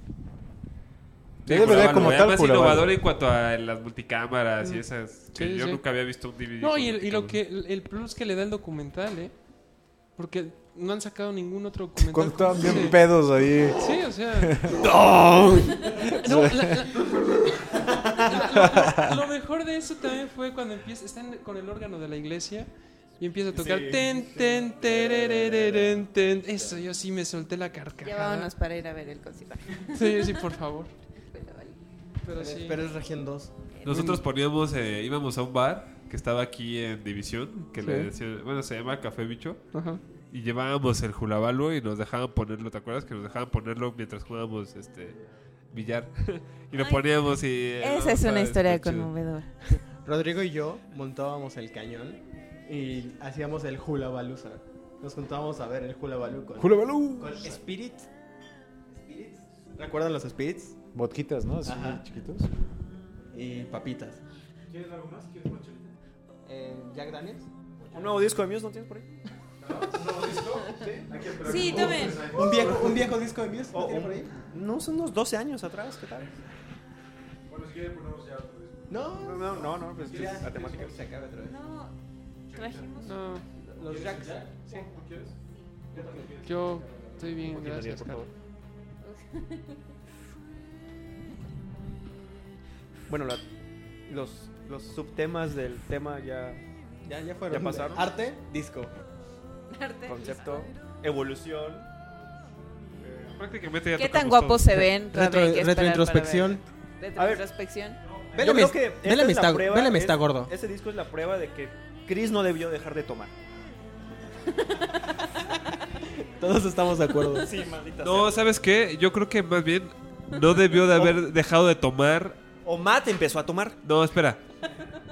Speaker 2: De DVD
Speaker 5: Jolabalu,
Speaker 2: como tal,
Speaker 5: eh, Además,
Speaker 2: Jolabalu.
Speaker 5: innovador en cuanto a las multicámaras y esas. que
Speaker 4: Mm. Sí,
Speaker 5: yo
Speaker 4: sí.
Speaker 5: nunca había visto un DVD.
Speaker 4: No,
Speaker 5: con
Speaker 4: y, el- y lo que,
Speaker 5: multicámara.
Speaker 4: el el plus que le da el documental, ¿eh? Porque no han sacado ningún otro documental.
Speaker 2: Con
Speaker 4: como
Speaker 2: estaban bien
Speaker 4: ese.
Speaker 2: pedos ahí.
Speaker 4: Sí, o sea. No, la- la- la- lo, lo mejor de eso también fue cuando empieza, están con el órgano de la iglesia y empieza a tocar
Speaker 1: Sí,
Speaker 4: ten,
Speaker 1: sí.
Speaker 4: ten, tererereren, ten. Eso yo sí me solté la carcajada.
Speaker 6: Ya vámonos para ir a ver el concierto.
Speaker 4: Sí, yo sí, por favor. Pero
Speaker 6: Pues
Speaker 1: Pero,
Speaker 4: sí.
Speaker 1: es Región 2.
Speaker 5: Nosotros poníamos, eh, íbamos a un bar que estaba aquí en División, que le
Speaker 4: Sí.
Speaker 5: decían, bueno, se llama Café Bicho,
Speaker 4: Ajá.
Speaker 5: y llevábamos el julabalú y nos dejaban ponerlo, ¿te acuerdas? Que nos dejaban ponerlo mientras jugábamos este billar. <laughs> y lo
Speaker 6: Ay,
Speaker 5: poníamos y... eh, no,
Speaker 6: Esa es
Speaker 5: está-
Speaker 6: una historia
Speaker 5: está chido.
Speaker 6: conmovedora.
Speaker 1: Rodrigo y yo montábamos el cañón y hacíamos el Hula Balusa. Nos juntábamos a ver el Hula Baloo con,
Speaker 2: Hula Baloo.
Speaker 1: con Spirit. Spirits. ¿Recuerdan los Spirits?
Speaker 2: Botquitas, ¿no? Así
Speaker 1: Ajá.
Speaker 2: chiquitos.
Speaker 1: Y papitas. ¿Quieres algo más? ¿Quieres una ¿Jack Daniels?
Speaker 7: ¿Un nuevo disco de Muse no tienes por ahí?
Speaker 6: Sí, tomen.
Speaker 1: ¿Un viejo, un viejo disco de Muse? ¿No
Speaker 7: O-
Speaker 1: tiene
Speaker 7: o-
Speaker 1: por ahí?
Speaker 7: No, son unos 12 años atrás, ¿qué tal?
Speaker 1: No.
Speaker 7: No, no, no, pues
Speaker 1: Ya,
Speaker 7: la temática.
Speaker 1: Se acaba otra vez.
Speaker 6: No, trajimos.
Speaker 4: No,
Speaker 1: Los Jacks.
Speaker 4: yo estoy bien,
Speaker 7: Poquito, Ariel,
Speaker 4: gracias.
Speaker 7: por
Speaker 4: Carlos.
Speaker 7: favor. Bueno, la- los, los subtemas del tema ya
Speaker 1: Ya, ya fueron.
Speaker 7: ¿Ya pasaron?
Speaker 1: Arte, disco.
Speaker 7: concepto, evolución.
Speaker 5: Prácticamente ya
Speaker 6: ¿Qué
Speaker 5: tocamos
Speaker 6: tan guapos
Speaker 5: todo.
Speaker 6: se ven? Todavía hay que esperar para
Speaker 1: retrointrospección.
Speaker 6: ver. Retrointrospección.
Speaker 1: Véleme-
Speaker 7: Yo creo que esta
Speaker 1: Véleme
Speaker 7: es la
Speaker 1: está-
Speaker 7: prueba,
Speaker 1: Véleme
Speaker 7: es-
Speaker 1: está gordo.
Speaker 7: Ese disco es la prueba de que Chris no debió dejar de tomar.
Speaker 1: <laughs> Todos estamos de acuerdo.
Speaker 7: Sí, maldita
Speaker 5: No, ¿sabes qué? Yo creo que más bien no debió de
Speaker 6: <laughs>
Speaker 5: haber dejado de tomar...
Speaker 7: O Matt empezó a tomar.
Speaker 5: No, espera.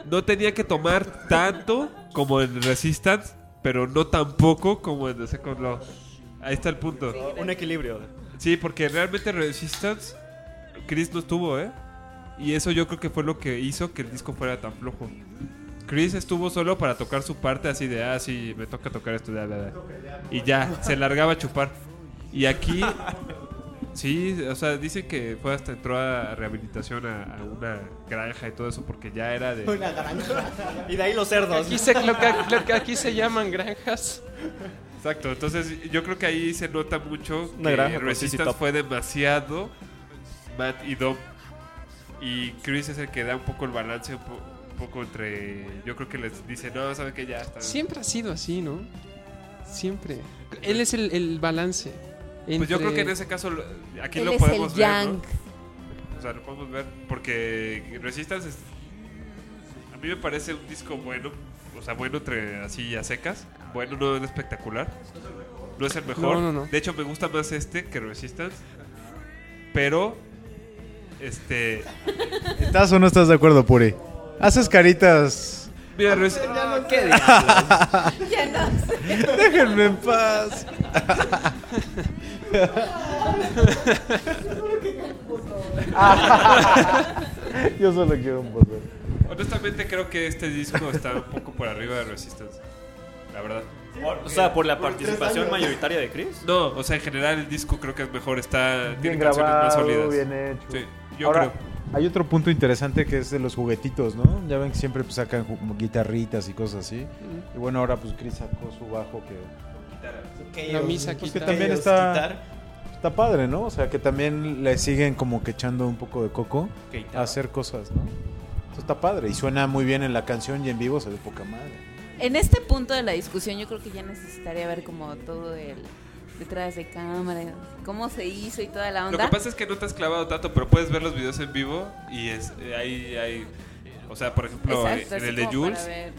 Speaker 5: No tenía que tomar tanto como en Resistance, pero no tampoco como en The Second Law. Ahí está el punto.
Speaker 7: Un equilibrio.
Speaker 5: Sí, porque realmente Resistance, Chris no estuvo, ¿eh? Y eso yo creo que fue lo que hizo que el disco fuera tan flojo. Chris estuvo solo para tocar su parte así de, ah, sí, me toca tocar esto, da, da, da". Y ya, se largaba a chupar. Y aquí, sí, o sea, dicen que fue hasta entró a rehabilitación a, a una granja y todo eso porque ya era de...
Speaker 1: Una granja.
Speaker 7: Y de ahí los cerdos.
Speaker 4: Aquí se, lo que- lo que aquí se llaman granjas.
Speaker 5: Exacto, entonces yo creo que ahí se nota mucho
Speaker 7: Una
Speaker 5: que
Speaker 7: granja con CC
Speaker 5: Resistance
Speaker 7: Top.
Speaker 5: fue demasiado Matt y Dom. Y Chris es el que da un poco el balance, un, po- un poco entre. Yo creo que les dice, no, saben que ya está.
Speaker 4: Siempre ha sido así, ¿no? Siempre. Él es el, el balance.
Speaker 5: Pues
Speaker 4: entre-
Speaker 5: yo creo que en ese caso lo- aquí
Speaker 6: Él
Speaker 5: lo
Speaker 6: es el
Speaker 5: podemos ver. ¿no?
Speaker 6: Yang.
Speaker 5: O sea, lo podemos ver porque Resistance es- a mí me parece un disco bueno, o sea, bueno entre así a secas, bueno no es espectacular, no es el mejor.
Speaker 4: No, no, no.
Speaker 5: De hecho me gusta más este que Resistance, pero Este.
Speaker 2: ¿Estás o no estás de acuerdo, Puri? Haces caritas.
Speaker 5: Mira, Ruiz,
Speaker 6: Ya no sé.
Speaker 2: Déjenme en paz. Yo solo quiero un poco.
Speaker 5: honestamente creo que este disco está un poco por arriba de Resistance. La verdad.
Speaker 7: O sea, por la participación mayoritaria de Chris.
Speaker 5: No, o sea, en general el disco creo que es mejor, está.
Speaker 8: Bien
Speaker 5: tiene canciones más
Speaker 8: grabado,
Speaker 5: sólidas.
Speaker 8: bien hecho.
Speaker 5: Sí, yo
Speaker 8: Ahora,
Speaker 5: creo.
Speaker 2: Hay otro punto interesante que es de los juguetitos, ¿no? Ya ven que siempre pues, sacan ju- guitarritas y cosas así. Y bueno, ahora pues Chris sacó su bajo que
Speaker 4: La misa
Speaker 2: Pues
Speaker 4: quitar.
Speaker 2: que también
Speaker 1: Chaos
Speaker 2: está-
Speaker 1: quitar.
Speaker 2: está padre, ¿no? O sea, que también le siguen como que echando un poco de coco a hacer cosas, ¿no? Eso está padre y suena muy bien en la canción y en vivo se ve poca madre.
Speaker 6: En este punto de la discusión yo creo que ya necesitaría ver como todo el detrás de cámara, cómo se hizo y toda la
Speaker 5: Lo
Speaker 6: onda.
Speaker 5: que pasa es que no te has clavado tanto, pero puedes ver los videos en vivo y es, eh, ahí hay. O sea, por ejemplo, eh,
Speaker 6: Exacto,
Speaker 5: en
Speaker 6: así
Speaker 5: el de
Speaker 6: como para
Speaker 5: Jules,
Speaker 6: ver.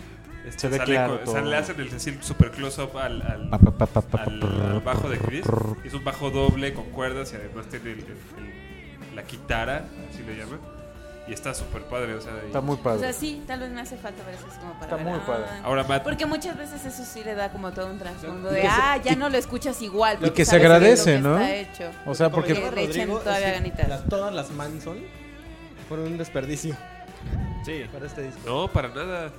Speaker 5: este,
Speaker 2: Se ve
Speaker 5: sale
Speaker 2: claro
Speaker 5: con-
Speaker 2: todo.
Speaker 5: sale- le hacen el decir super close up al, al-
Speaker 2: Pa, pa, pa, pa, pa,
Speaker 5: al,
Speaker 2: pa,
Speaker 5: al bajo de Chris.
Speaker 2: pa,
Speaker 5: Es un bajo doble con cuerdas y además tiene el- el- el- la guitarra, así le llaman. Y está súper padre, o sea, y-
Speaker 2: Está muy
Speaker 6: O
Speaker 2: padre.
Speaker 6: sea, sí, tal vez me hace falta ver eso así como para
Speaker 2: Está
Speaker 6: ver,
Speaker 2: muy
Speaker 6: ah,
Speaker 2: padre.
Speaker 5: Ahora Matt,
Speaker 6: Porque muchas veces eso sí le da como todo un trasfondo
Speaker 1: Y
Speaker 6: de,
Speaker 1: que se-
Speaker 6: ah, ya no lo escuchas igual.
Speaker 2: y
Speaker 6: porque
Speaker 2: que se
Speaker 6: sabes bien lo
Speaker 2: agradece,
Speaker 6: que
Speaker 2: ¿no?
Speaker 6: está hecho.
Speaker 2: O sea, porque
Speaker 1: Como
Speaker 6: le echen
Speaker 1: Rodrigo,
Speaker 6: todavía
Speaker 1: es que
Speaker 6: ganitas.
Speaker 1: las- todas las Manson fueron un desperdicio
Speaker 7: Sí.
Speaker 1: para este disco.
Speaker 5: no, para nada.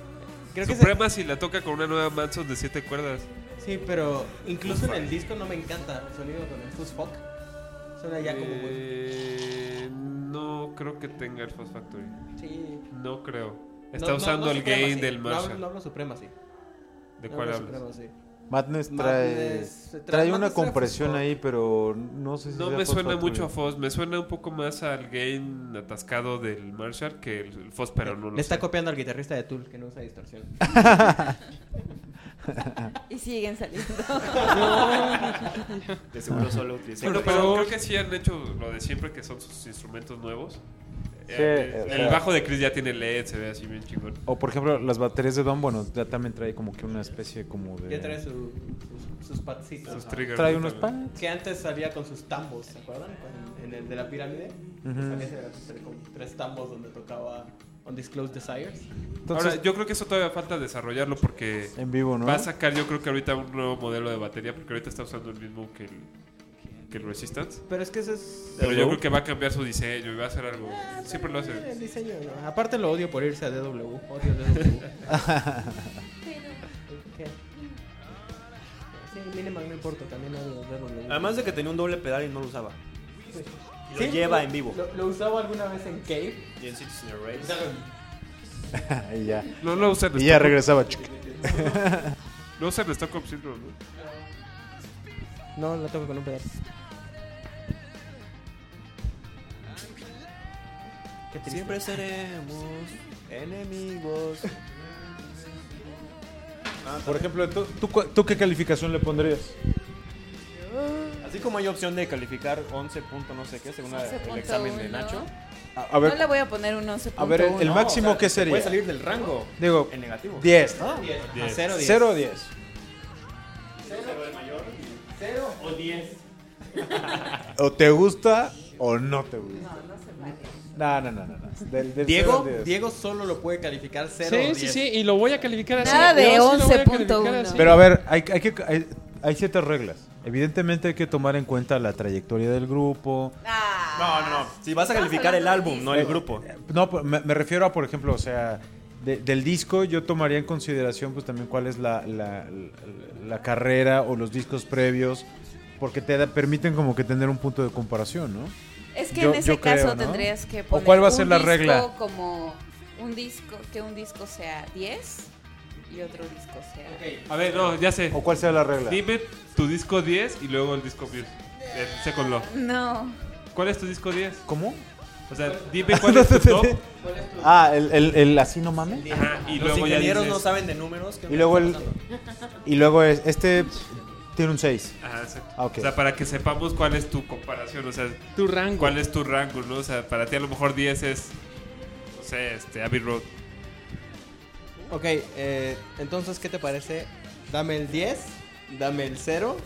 Speaker 1: Creo que se-
Speaker 5: Suprema si la toca con una nueva Manson de siete cuerdas.
Speaker 1: Sí, pero incluso en el disco no me encanta el sonido con el Fuzz Fuck. Suena ya como. pues,
Speaker 5: Eh, no creo que tenga el Fast Factory.
Speaker 1: Sí.
Speaker 5: No creo. Está
Speaker 1: No, no,
Speaker 5: usando
Speaker 1: no
Speaker 5: el
Speaker 1: Supremacy.
Speaker 5: gain del
Speaker 1: No hablo-
Speaker 5: Marshall.
Speaker 1: No hablo Supremacy.
Speaker 5: ¿De
Speaker 1: No
Speaker 5: cuál
Speaker 1: hablo
Speaker 5: hablas?
Speaker 1: Supremacy.
Speaker 2: Madness trae,
Speaker 1: Madness-
Speaker 2: trae,
Speaker 1: Madness
Speaker 2: una
Speaker 1: trae
Speaker 2: compresión
Speaker 1: Fuzz
Speaker 2: ahí, pero no sé si
Speaker 5: No
Speaker 2: sea
Speaker 5: me
Speaker 2: Fuzz
Speaker 5: suena
Speaker 2: Factory.
Speaker 5: mucho a Foss, me suena un poco más al gain atascado del Marshall que el, el Foss, pero no lo
Speaker 1: Le está
Speaker 5: sé.
Speaker 1: copiando al guitarrista de Tool que no usa distorsión.
Speaker 6: Y siguen saliendo.
Speaker 7: De seguro solo utilicé.
Speaker 5: Bueno, pero creo que sí han hecho lo de siempre, que son sus instrumentos nuevos. Eh, eh,
Speaker 2: o
Speaker 5: el
Speaker 2: sea-
Speaker 5: bajo de Chris ya tiene LED, se ve así bien chingón.
Speaker 2: O por ejemplo, las baterías de Don, bueno, ya también trae como que una especie como de...
Speaker 1: Ya trae su- sus, sus patsitos.
Speaker 5: Sus triggers.
Speaker 2: trae
Speaker 5: ¿no?
Speaker 2: unos
Speaker 5: También.
Speaker 2: pads.
Speaker 1: Que antes salía con sus tambos, ¿se acuerdan? Con- en el de la pirámide. que
Speaker 2: Ujú.
Speaker 1: salía ese- con tres tambos donde tocaba Undisclosed Desires.
Speaker 2: Entonces,
Speaker 5: Ahora, yo creo que eso todavía falta desarrollarlo porque
Speaker 2: en vivo, ¿no?
Speaker 5: va a sacar, yo creo que ahorita un nuevo modelo de batería, porque ahorita está usando el mismo que el, que el Resistance.
Speaker 1: Pero es que ese es.
Speaker 5: Pero yo creo que va a cambiar su diseño y va a hacer algo. Siempre lo hace.
Speaker 1: Eh, El diseño, ¿no? Aparte lo odio por irse a DW. Odio DW. ¿Qué? Sí, Minimal no importa, también odio DW.
Speaker 7: Además de que tenía un doble pedal y no lo usaba. Y lo
Speaker 1: Sí,
Speaker 7: lleva
Speaker 1: lo-
Speaker 7: en vivo.
Speaker 1: Lo, lo usaba alguna vez en Cave.
Speaker 7: Y en Citizen
Speaker 2: <laughs>
Speaker 7: Erased.
Speaker 2: y ya,
Speaker 5: No lo usa en
Speaker 2: y ya
Speaker 5: Stockholm.
Speaker 2: regresaba.
Speaker 5: No usa en Stockholm Syndrome, ¿no?
Speaker 1: No, lo toco con un pedal. Qué triste.
Speaker 7: Siempre seremos enemigos.
Speaker 2: Por ejemplo, ¿tú, tú, cu- tú qué calificación le pondrías?
Speaker 7: Así como hay opción de calificar 11 punto no sé qué según la- el
Speaker 6: 11.1.
Speaker 7: examen de Nacho.
Speaker 2: A, a
Speaker 6: No le voy a poner un 11.1.
Speaker 2: a ver, el, el máximo
Speaker 7: o sea,
Speaker 2: qué
Speaker 7: se
Speaker 2: sería?
Speaker 7: Puede
Speaker 2: Ah,
Speaker 7: salir del rango.
Speaker 2: Digo,
Speaker 7: En negativo.
Speaker 2: 10, ¿no?
Speaker 1: A cero, diez.
Speaker 2: 0 o 10.
Speaker 7: O 10.
Speaker 2: O te gusta o no te gusta.
Speaker 6: No, no se vale.
Speaker 2: No, no, no, no. no. Del, del
Speaker 1: Diego,
Speaker 2: cero al diez.
Speaker 1: Diego solo lo puede calificar 0
Speaker 4: Sí, sí, sí, y lo voy a calificar así.
Speaker 6: Nada de
Speaker 4: Yo sí lo voy a calificar
Speaker 6: 11.1.
Speaker 4: así.
Speaker 2: Pero a ver, hay, hay que, hay, hay ciertas reglas. Evidentemente hay que tomar en cuenta la trayectoria del grupo.
Speaker 6: Ah,
Speaker 7: No, no, no. Si vas a calificar el álbum, no el grupo.
Speaker 2: Eh, No, pero me, me refiero a, por ejemplo, o sea, de- del disco yo tomaría en consideración pues también cuál es la, la- la- la carrera o los discos previos, porque te da- permiten como que tener un punto de comparación, ¿no?
Speaker 6: Es que
Speaker 2: Yo-
Speaker 6: en ese
Speaker 2: yo creo,
Speaker 6: caso
Speaker 2: ¿no?
Speaker 6: tendrías que
Speaker 2: ¿O
Speaker 6: poner
Speaker 2: cuál va a ser
Speaker 6: un
Speaker 2: la
Speaker 6: disco
Speaker 2: regla?
Speaker 6: como un disco, que un disco sea 10 y otro disco sea...
Speaker 5: A ver, no, ya sé.
Speaker 2: ¿O cuál sea la regla?
Speaker 5: Dime tu disco 10 y luego el disco Eh, 10. El Second Law.
Speaker 6: No,
Speaker 5: ¿Cuál es tu disco 10?
Speaker 2: ¿Cómo?
Speaker 5: O sea, dime
Speaker 2: <laughs>
Speaker 5: cuál es tu top.
Speaker 2: Ah, el, el- el así no mames.
Speaker 5: Ajá, y
Speaker 7: Los
Speaker 5: luego ya
Speaker 7: ingenieros
Speaker 5: dices,
Speaker 7: no saben de números.
Speaker 2: Y
Speaker 7: ¿qué onda?
Speaker 2: luego el... Y luego es, este tiene un 6.
Speaker 5: Ajá, exacto.
Speaker 2: Ah, ok.
Speaker 5: O sea, para que sepamos cuál es tu comparación, o sea,
Speaker 4: Tu rango.
Speaker 5: cuál es tu rango, ¿no? O sea, para ti a lo mejor 10 es, no sé, este, Abbey Road.
Speaker 1: Ok, eh, entonces, ¿qué te parece? Dame el 10, dame el 0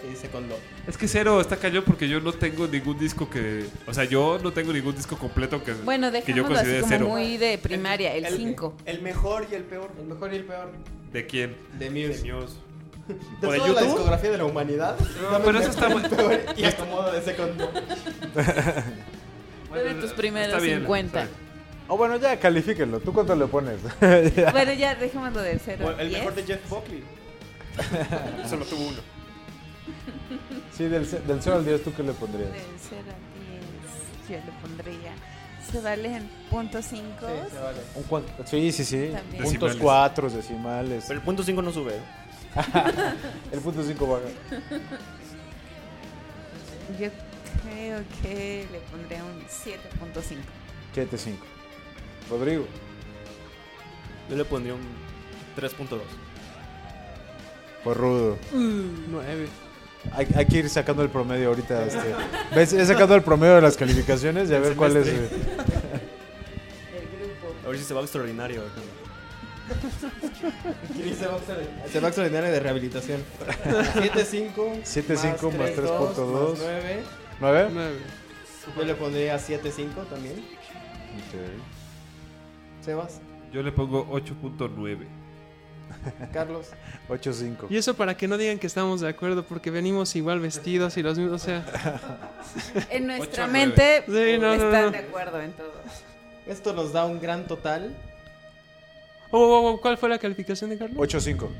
Speaker 1: que dice Condor.
Speaker 5: Es que cero está cañón porque yo no tengo ningún disco que. O sea, yo no tengo ningún disco completo que,
Speaker 6: Bueno,
Speaker 5: que yo
Speaker 6: dejémoslo así
Speaker 5: considere
Speaker 6: como
Speaker 5: cero.
Speaker 6: muy de primaria, el 5.
Speaker 7: El mejor y el peor.
Speaker 1: El mejor y el peor.
Speaker 5: ¿De quién?
Speaker 1: De Muse.
Speaker 7: Dios.
Speaker 1: De
Speaker 7: ¿Por
Speaker 1: toda
Speaker 7: el
Speaker 1: la
Speaker 7: YouTube?
Speaker 1: discografía de la humanidad. <laughs> dame
Speaker 5: pero
Speaker 1: el
Speaker 5: eso está
Speaker 1: mejor,
Speaker 5: bu-
Speaker 1: el peor y acomodo de Second
Speaker 6: Fue de
Speaker 5: Bueno,
Speaker 6: tus
Speaker 5: está
Speaker 6: primeros
Speaker 5: bien,
Speaker 6: 50.
Speaker 5: está bien.
Speaker 2: O Ah, bueno, ya califíquenlo. ¿Tú cuánto le pones? <laughs>
Speaker 6: Bueno, ya dejémoslo del 0.
Speaker 7: el mejor de Jeff Buckley. Solo tuvo uno.
Speaker 2: sí, del, ce- del 0 al 10, ¿tú qué le pondrías?
Speaker 6: Del 0 al 10, yo le pondría. Se valen punto 5.
Speaker 1: Sí, se vale.
Speaker 2: Un cuan- Sí, sí, sí.
Speaker 6: También.
Speaker 2: Puntos
Speaker 5: Decimales.
Speaker 2: cuatro decimales.
Speaker 7: Pero el punto 5 no sube. ¿eh?
Speaker 2: El punto 5 baja.
Speaker 6: yo creo que le pondría un 7.5.
Speaker 2: 7-5. Rodrigo.
Speaker 7: Yo le pondría un 3.2.
Speaker 2: Por Pues rudo.
Speaker 4: 9.
Speaker 2: Hay, hay que ir sacando el promedio ahorita. Este. ¿Ves? He sacado el promedio de las calificaciones y a
Speaker 7: El
Speaker 2: ver cuál es.
Speaker 7: semestre.
Speaker 2: eh.
Speaker 6: El grupo.
Speaker 7: A ver si se va extraordinario. ¿no?
Speaker 1: Y se va a extraordinar- Se va a extraordinario de rehabilitación. <laughs> 7.5
Speaker 2: 7.5 más 3.2.
Speaker 1: 9.
Speaker 2: ¿Nueve?
Speaker 4: 9.
Speaker 1: Yo le pondría 7.5 también.
Speaker 2: Ok.
Speaker 1: Sebas,
Speaker 5: Yo le pongo 8.9.
Speaker 1: Carlos.
Speaker 2: 8-5.
Speaker 4: Y eso para que no digan que estamos de acuerdo porque venimos igual vestidos y los mismos, o sea,
Speaker 6: En nuestra
Speaker 5: a nueve.
Speaker 6: mente eh,
Speaker 4: Sí, no, no,
Speaker 6: están
Speaker 4: no.
Speaker 6: de acuerdo en todo.
Speaker 1: Esto nos da un gran total
Speaker 4: oh, oh, oh, ¿cuál fue la calificación de Carlos?
Speaker 2: 8-5.
Speaker 4: Ok.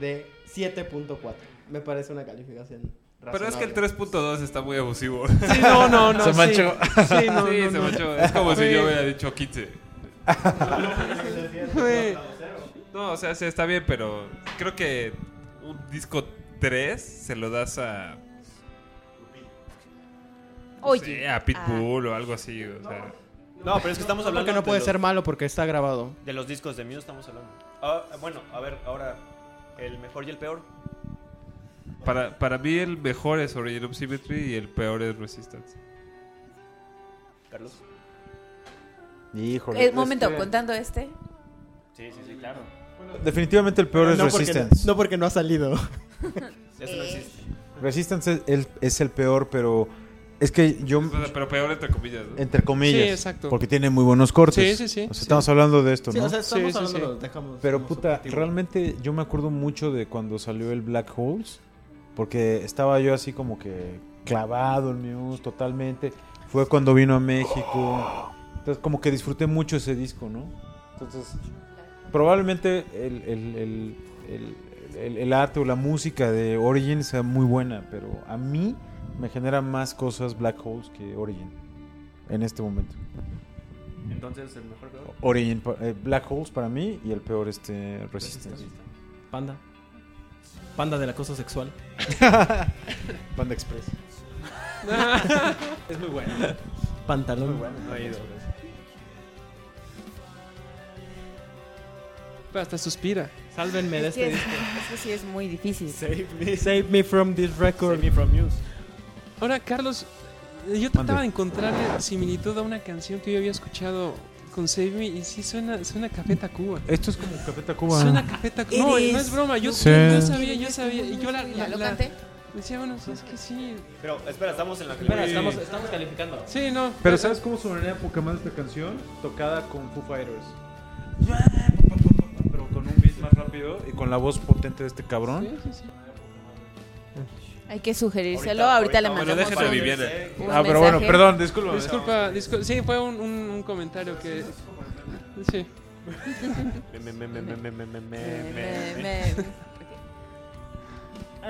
Speaker 1: de 7.4. Me parece una calificación.
Speaker 5: Pero es que el
Speaker 1: razonable.
Speaker 5: 3.2 está muy abusivo.
Speaker 4: Sí, no, no, no.
Speaker 2: Se
Speaker 4: sí.
Speaker 2: manchó.
Speaker 4: Sí, no,
Speaker 5: <laughs> sí,
Speaker 4: no,
Speaker 5: se
Speaker 4: no.
Speaker 5: manchó. Es como si yo
Speaker 4: Sí.
Speaker 5: hubiera dicho 15.
Speaker 4: Güey.
Speaker 5: No, o sea, sí, está bien, pero creo que un disco 3 se lo das a. no
Speaker 6: Oye. Ah.
Speaker 5: sé, a Pitbull o algo así. O sea.
Speaker 7: No, pero es que estamos hablando
Speaker 1: que no puede
Speaker 7: de,
Speaker 1: ser
Speaker 7: los,
Speaker 1: malo porque está grabado.
Speaker 7: de los discos de Muse estamos hablando. Ah, bueno, a ver, ahora el mejor y el peor.
Speaker 5: Para, para mí el mejor es Origin of Symmetry y el peor es Resistance.
Speaker 7: Carlos.
Speaker 2: Híjole.
Speaker 6: Eh,
Speaker 2: es
Speaker 6: momento,
Speaker 2: que-
Speaker 6: contando este.
Speaker 7: Sí, sí, sí, claro.
Speaker 2: Definitivamente el peor es Resistance.
Speaker 1: no porque no ha salido.
Speaker 7: Eso no
Speaker 4: Eh.
Speaker 7: existe.
Speaker 2: Resistance es el, es el peor, pero es que yo,
Speaker 5: O sea, pero peor entre comillas, ¿no?
Speaker 2: entre comillas,
Speaker 4: Sí, exacto.
Speaker 2: porque tiene muy buenos cortes.
Speaker 4: Sí, sí, sí,
Speaker 2: O sea,
Speaker 4: sí.
Speaker 2: Estamos hablando de esto,
Speaker 1: Sí,
Speaker 2: ¿no?
Speaker 1: o sea, estamos
Speaker 4: Sí, sí,
Speaker 1: hablando,
Speaker 4: sí.
Speaker 1: lo dejamos.
Speaker 2: pero
Speaker 1: como
Speaker 2: puta,
Speaker 1: subjetivo.
Speaker 2: realmente yo me acuerdo mucho de cuando salió el Black Holes, porque estaba yo así como que clavado en Muse totalmente. Fue cuando vino a México. Entonces como que disfruté mucho ese disco, ¿no? Entonces, probablemente el, el- el- el- el- el arte o la música de Origin sea muy buena, pero a mí me genera más cosas Black Holes que Origin en este momento.
Speaker 7: Entonces, el mejor peor.
Speaker 2: Origin, pa- eh, Black Holes para mí y el peor este Resistance.
Speaker 1: Panda. Panda del acoso <laughs> sexual.
Speaker 2: Panda Express.
Speaker 1: Es muy bueno. Pantalón.
Speaker 7: No he ido.
Speaker 4: Pero hasta suspira.
Speaker 1: Sálvenme de
Speaker 6: Es
Speaker 1: este
Speaker 6: que, es,
Speaker 1: disco.
Speaker 6: es que sí es muy difícil.
Speaker 1: Save me from this record.
Speaker 7: from Muse.
Speaker 4: Ahora, Carlos, yo trataba de encontrarle similitud a una canción que yo había escuchado con Save Me y sí suena, suena Café Tacuba.
Speaker 2: Esto es como Café Tacuba.
Speaker 4: Suena Café Tacuba. No, no
Speaker 6: It
Speaker 4: es
Speaker 6: is.
Speaker 4: broma, yo,
Speaker 2: Sí.
Speaker 4: yo sabía, yo sabía. Y yo la,
Speaker 6: Ya
Speaker 4: la-
Speaker 6: lo
Speaker 4: la-
Speaker 6: canté.
Speaker 4: decía, bueno, es que sí.
Speaker 7: Pero, espera, estamos en la
Speaker 1: Espera,
Speaker 7: Sí.
Speaker 1: estamos, estamos calificando.
Speaker 4: Sí, no.
Speaker 2: Pero ¿sabes cómo sonaría poca más esta canción? Tocada con Foo Fighters. Pero con un beat más rápido y con la voz potente de este cabrón.
Speaker 4: Sí, sí, sí.
Speaker 6: Hay que sugerírselo. Ahorita, le
Speaker 7: ahorita-
Speaker 5: Bueno,
Speaker 6: mandamos
Speaker 5: déjenme a
Speaker 6: un-
Speaker 5: Viviana.
Speaker 6: un
Speaker 2: Ah, pero bueno,
Speaker 6: mensaje.
Speaker 2: perdón, disculpa.
Speaker 4: Disculpa, disculpa. Sí, fue un, un- un comentario que. Sí.
Speaker 7: Me, me, me, me, me, me, me,
Speaker 6: Me-
Speaker 7: me, me,
Speaker 6: me-
Speaker 7: me.
Speaker 6: me-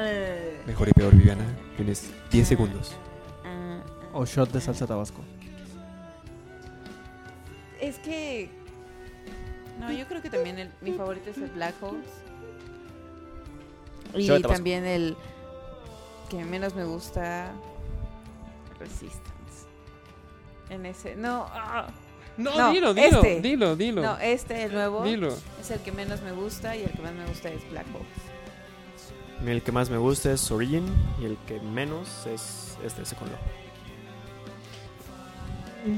Speaker 6: Eh,
Speaker 8: Mejor y peor, Viviana. Tienes 10 segundos.
Speaker 6: ah,
Speaker 1: O shot de salsa tabasco.
Speaker 6: Es que. No, yo creo que también el- mi favorito es el Black Holes. Y
Speaker 7: Se va Tabasco.
Speaker 6: también el que menos me gusta. Resistance. En ese. No, ah,
Speaker 4: No,
Speaker 6: No,
Speaker 4: dilo, dilo,
Speaker 6: este.
Speaker 4: dilo, dilo.
Speaker 6: no, este, el nuevo.
Speaker 4: Dilo.
Speaker 6: Es el que menos me gusta y el que más me gusta es Black Holes.
Speaker 7: El que más me gusta es Origin y el que menos es este, ese con lo.
Speaker 6: eh.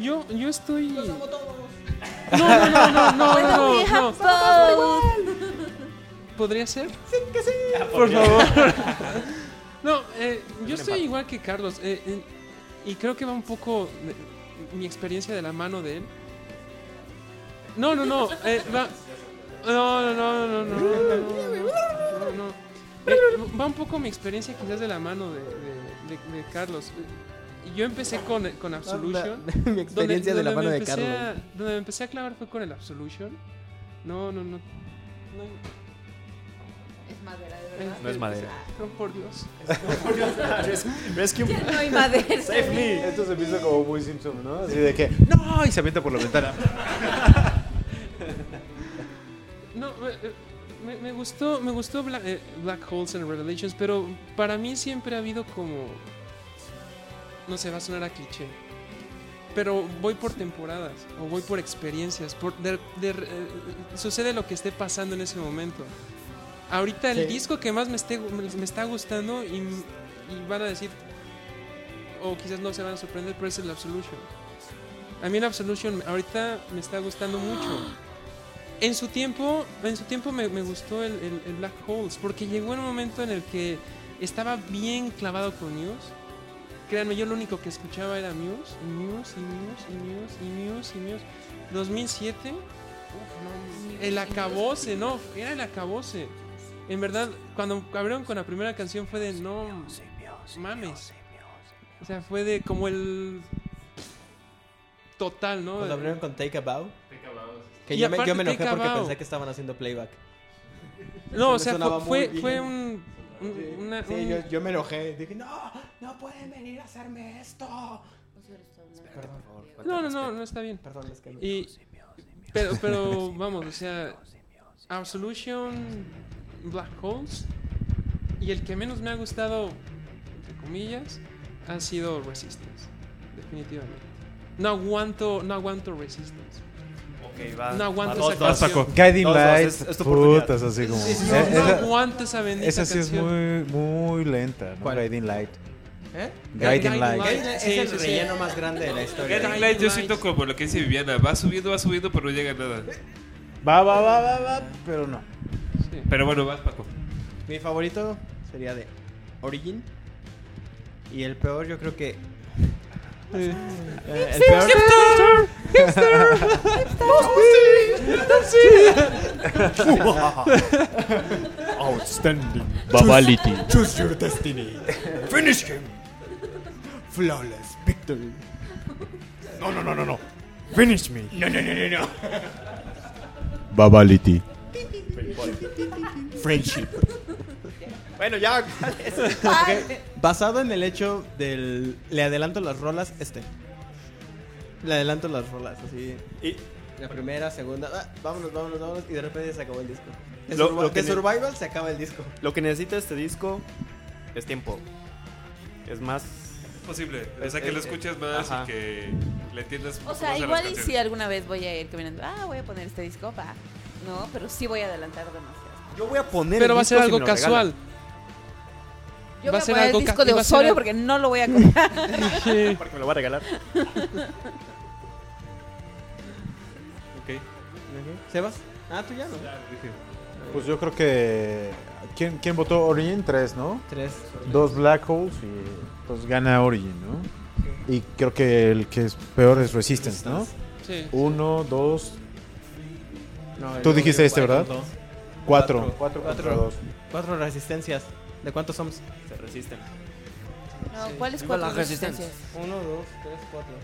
Speaker 4: Yo, yo estoy. No, no, no, no, no, no, no, no.
Speaker 6: Both.
Speaker 1: <laughs>
Speaker 4: Ah, ¿Podría ser? <laughs>
Speaker 7: Por favor.
Speaker 4: No, eh, yo estoy igual que Carlos. eh, eh, y creo que va un poco de- mi experiencia de la mano de él. No, no, no. eh, va- no, no, no, no, no, no, no, no, no, no. Eh, va un poco mi experiencia quizás de la mano de, de- de- de Carlos. Eh, Yo empecé con, con Absolution.
Speaker 1: <laughs> Mi experiencia de Ah, la mano
Speaker 4: me
Speaker 1: de
Speaker 4: empecé
Speaker 1: Carlos.
Speaker 4: a- donde me empecé a clavar fue con el Absolution. No, no, no. No,
Speaker 6: Es madera, de verdad.
Speaker 4: eh,
Speaker 8: No es madera.
Speaker 4: no, por Dios.
Speaker 7: Rescue.
Speaker 6: Ya no hay madera.
Speaker 7: Save me.
Speaker 2: Esto se empieza como muy Simpson, ¿no? Así de que, ¡no! Y se avienta por la ventana.
Speaker 4: No, me, me- me gustó, me gustó Bla- eh, Black Holes and Revelations, pero para mí siempre ha habido como. No sé, va a sonar a cliché. Pero voy por temporadas o voy por experiencias. Por, de- de- eh, sucede lo que esté pasando en ese momento. Ahorita el
Speaker 1: Sí.
Speaker 4: disco que más me, esté, me, me está gustando y, y van a decir, o quizás no se van a sorprender, pero es el Absolution. A mí el Absolution ahorita me está gustando mucho. En su tiempo, en su tiempo me, me gustó el, el- el Black Holes, porque llegó en un momento en el que estaba bien clavado con Muse. Créanme, yo lo único que escuchaba era Muse, y Muse, y Muse, y Muse, y Muse, y Muse. 2007, uf, no, el acabose, no, era el acabose. En verdad, cuando abrieron con la primera canción fue de no mames. O sea, fue de como el total, ¿no?
Speaker 1: Cuando abrieron con Take a Bow. Que
Speaker 4: Y
Speaker 1: yo me, yo
Speaker 4: aparte
Speaker 1: me enojé
Speaker 4: Take a
Speaker 1: porque
Speaker 4: Bow.
Speaker 1: pensé que estaban haciendo playback.
Speaker 4: No, o
Speaker 1: Eso
Speaker 4: sea,
Speaker 1: me sonaba
Speaker 4: fue,
Speaker 1: muy
Speaker 4: fue, fue
Speaker 1: bien.
Speaker 4: un, un- una-
Speaker 1: Sí,
Speaker 4: un-
Speaker 1: yo, yo me enojé. Dije, no, no pueden venir a hacerme esto. Perdón,
Speaker 4: No, no, no, no está bien.
Speaker 1: perdón, es que me-
Speaker 4: Y, pero, pero vamos, o sea, Absolution, Black Holes, y el que menos me ha gustado, entre comillas, ha sido Resistance, definitivamente. No aguanto, no aguanto Resistance.
Speaker 7: Ok,
Speaker 2: Ah,
Speaker 7: va.
Speaker 4: No aguanto
Speaker 7: Va, dos,
Speaker 4: esa canción.
Speaker 7: dos.
Speaker 2: Guiding
Speaker 7: Dos, dos,
Speaker 2: Lights,
Speaker 7: es- es tu oportunidad.
Speaker 2: putas, así como.
Speaker 1: Sí, sí, sí,
Speaker 2: Eh,
Speaker 4: No
Speaker 2: esa-
Speaker 4: aguanto esa bendita
Speaker 2: Esa sí es
Speaker 4: canción.
Speaker 2: muy, muy lenta, ¿no? Guiding Light.
Speaker 1: ¿Eh?
Speaker 2: Guiding
Speaker 4: Guiding
Speaker 2: Light.
Speaker 4: Light.
Speaker 1: Es, es
Speaker 4: Sí,
Speaker 1: el
Speaker 4: sí, sí.
Speaker 1: relleno más grande de la historia.
Speaker 5: Guiding
Speaker 4: Guiding
Speaker 5: Light, yo
Speaker 4: Light.
Speaker 5: siento como lo que dice Viviana, va subiendo, va subiendo, pero no llega a nada.
Speaker 2: Va, va, va, va, va, pero no.
Speaker 4: Sí.
Speaker 5: Pero bueno, vas Paco.
Speaker 1: Mi favorito sería de Origin. Y el peor, yo creo que. Eh, el peor.
Speaker 8: Outstanding. Babality.
Speaker 1: Choose your destiny. Finish him. Flawless victory.
Speaker 8: No, no, no, no, no. Finish me.
Speaker 1: No, no, no, no, no.
Speaker 8: Babality.
Speaker 1: Friendship.
Speaker 7: Bueno, ya.
Speaker 1: Basado en el hecho del. Le adelanto las rolas, este. Le adelanto las rolas, así.
Speaker 7: Y-
Speaker 1: La primera, segunda. ah, vámonos, vámonos, vámonos. Y de repente se acabó el disco. De,
Speaker 7: Lo-
Speaker 1: Survi-
Speaker 7: lo que
Speaker 1: de
Speaker 7: ne-
Speaker 1: Survival se acaba el disco.
Speaker 7: Lo que necesita este disco es tiempo. Es más.
Speaker 5: Es posible. O sea, que lo escuches más
Speaker 7: Ajá.
Speaker 5: y que le entiendas un
Speaker 6: O
Speaker 5: poco
Speaker 6: sea,
Speaker 5: más a las
Speaker 6: igual y
Speaker 5: canciones.
Speaker 6: si alguna vez voy a ir caminando, ah, voy a poner este disco, va. No, pero sí voy a adelantar demasiado.
Speaker 7: Yo voy a poner.
Speaker 4: Pero
Speaker 7: el
Speaker 4: va a ser
Speaker 7: disco si
Speaker 4: algo
Speaker 7: me lo
Speaker 4: casual. Va
Speaker 6: Yo voy
Speaker 4: a
Speaker 6: a
Speaker 4: ser
Speaker 6: poner el
Speaker 4: algo ca-
Speaker 6: disco de
Speaker 4: va a ser
Speaker 6: Osorio
Speaker 4: algo-
Speaker 6: porque no lo voy a
Speaker 4: <laughs>
Speaker 6: comprar.
Speaker 2: <laughs>
Speaker 7: regalan, Porque me lo va a regalar.
Speaker 5: Ok.
Speaker 1: ¿Sebas? Ah, tú ya no.
Speaker 2: Pues yo creo que. ¿Quién, quién votó Origin? Tres, ¿no?
Speaker 1: Tres.
Speaker 2: Dos Black Holes y pues gana Origin, ¿no? Y creo que el que es peor es Resistance, ¿no?
Speaker 4: Sí.
Speaker 2: Uno, dos,
Speaker 1: No, el
Speaker 2: Tú
Speaker 1: audio
Speaker 2: dijiste este,
Speaker 1: cuatro,
Speaker 2: ¿verdad?
Speaker 1: dos.
Speaker 2: cuatro.
Speaker 1: Cuatro.
Speaker 2: contra dos.
Speaker 1: Cuatro resistencias. ¿De cuántos somos?
Speaker 7: Se resisten.
Speaker 6: No, ¿cuál es
Speaker 7: Viva
Speaker 6: cuatro
Speaker 7: la resistencia.
Speaker 6: resistencias?
Speaker 1: Uno, dos, tres, cuatro.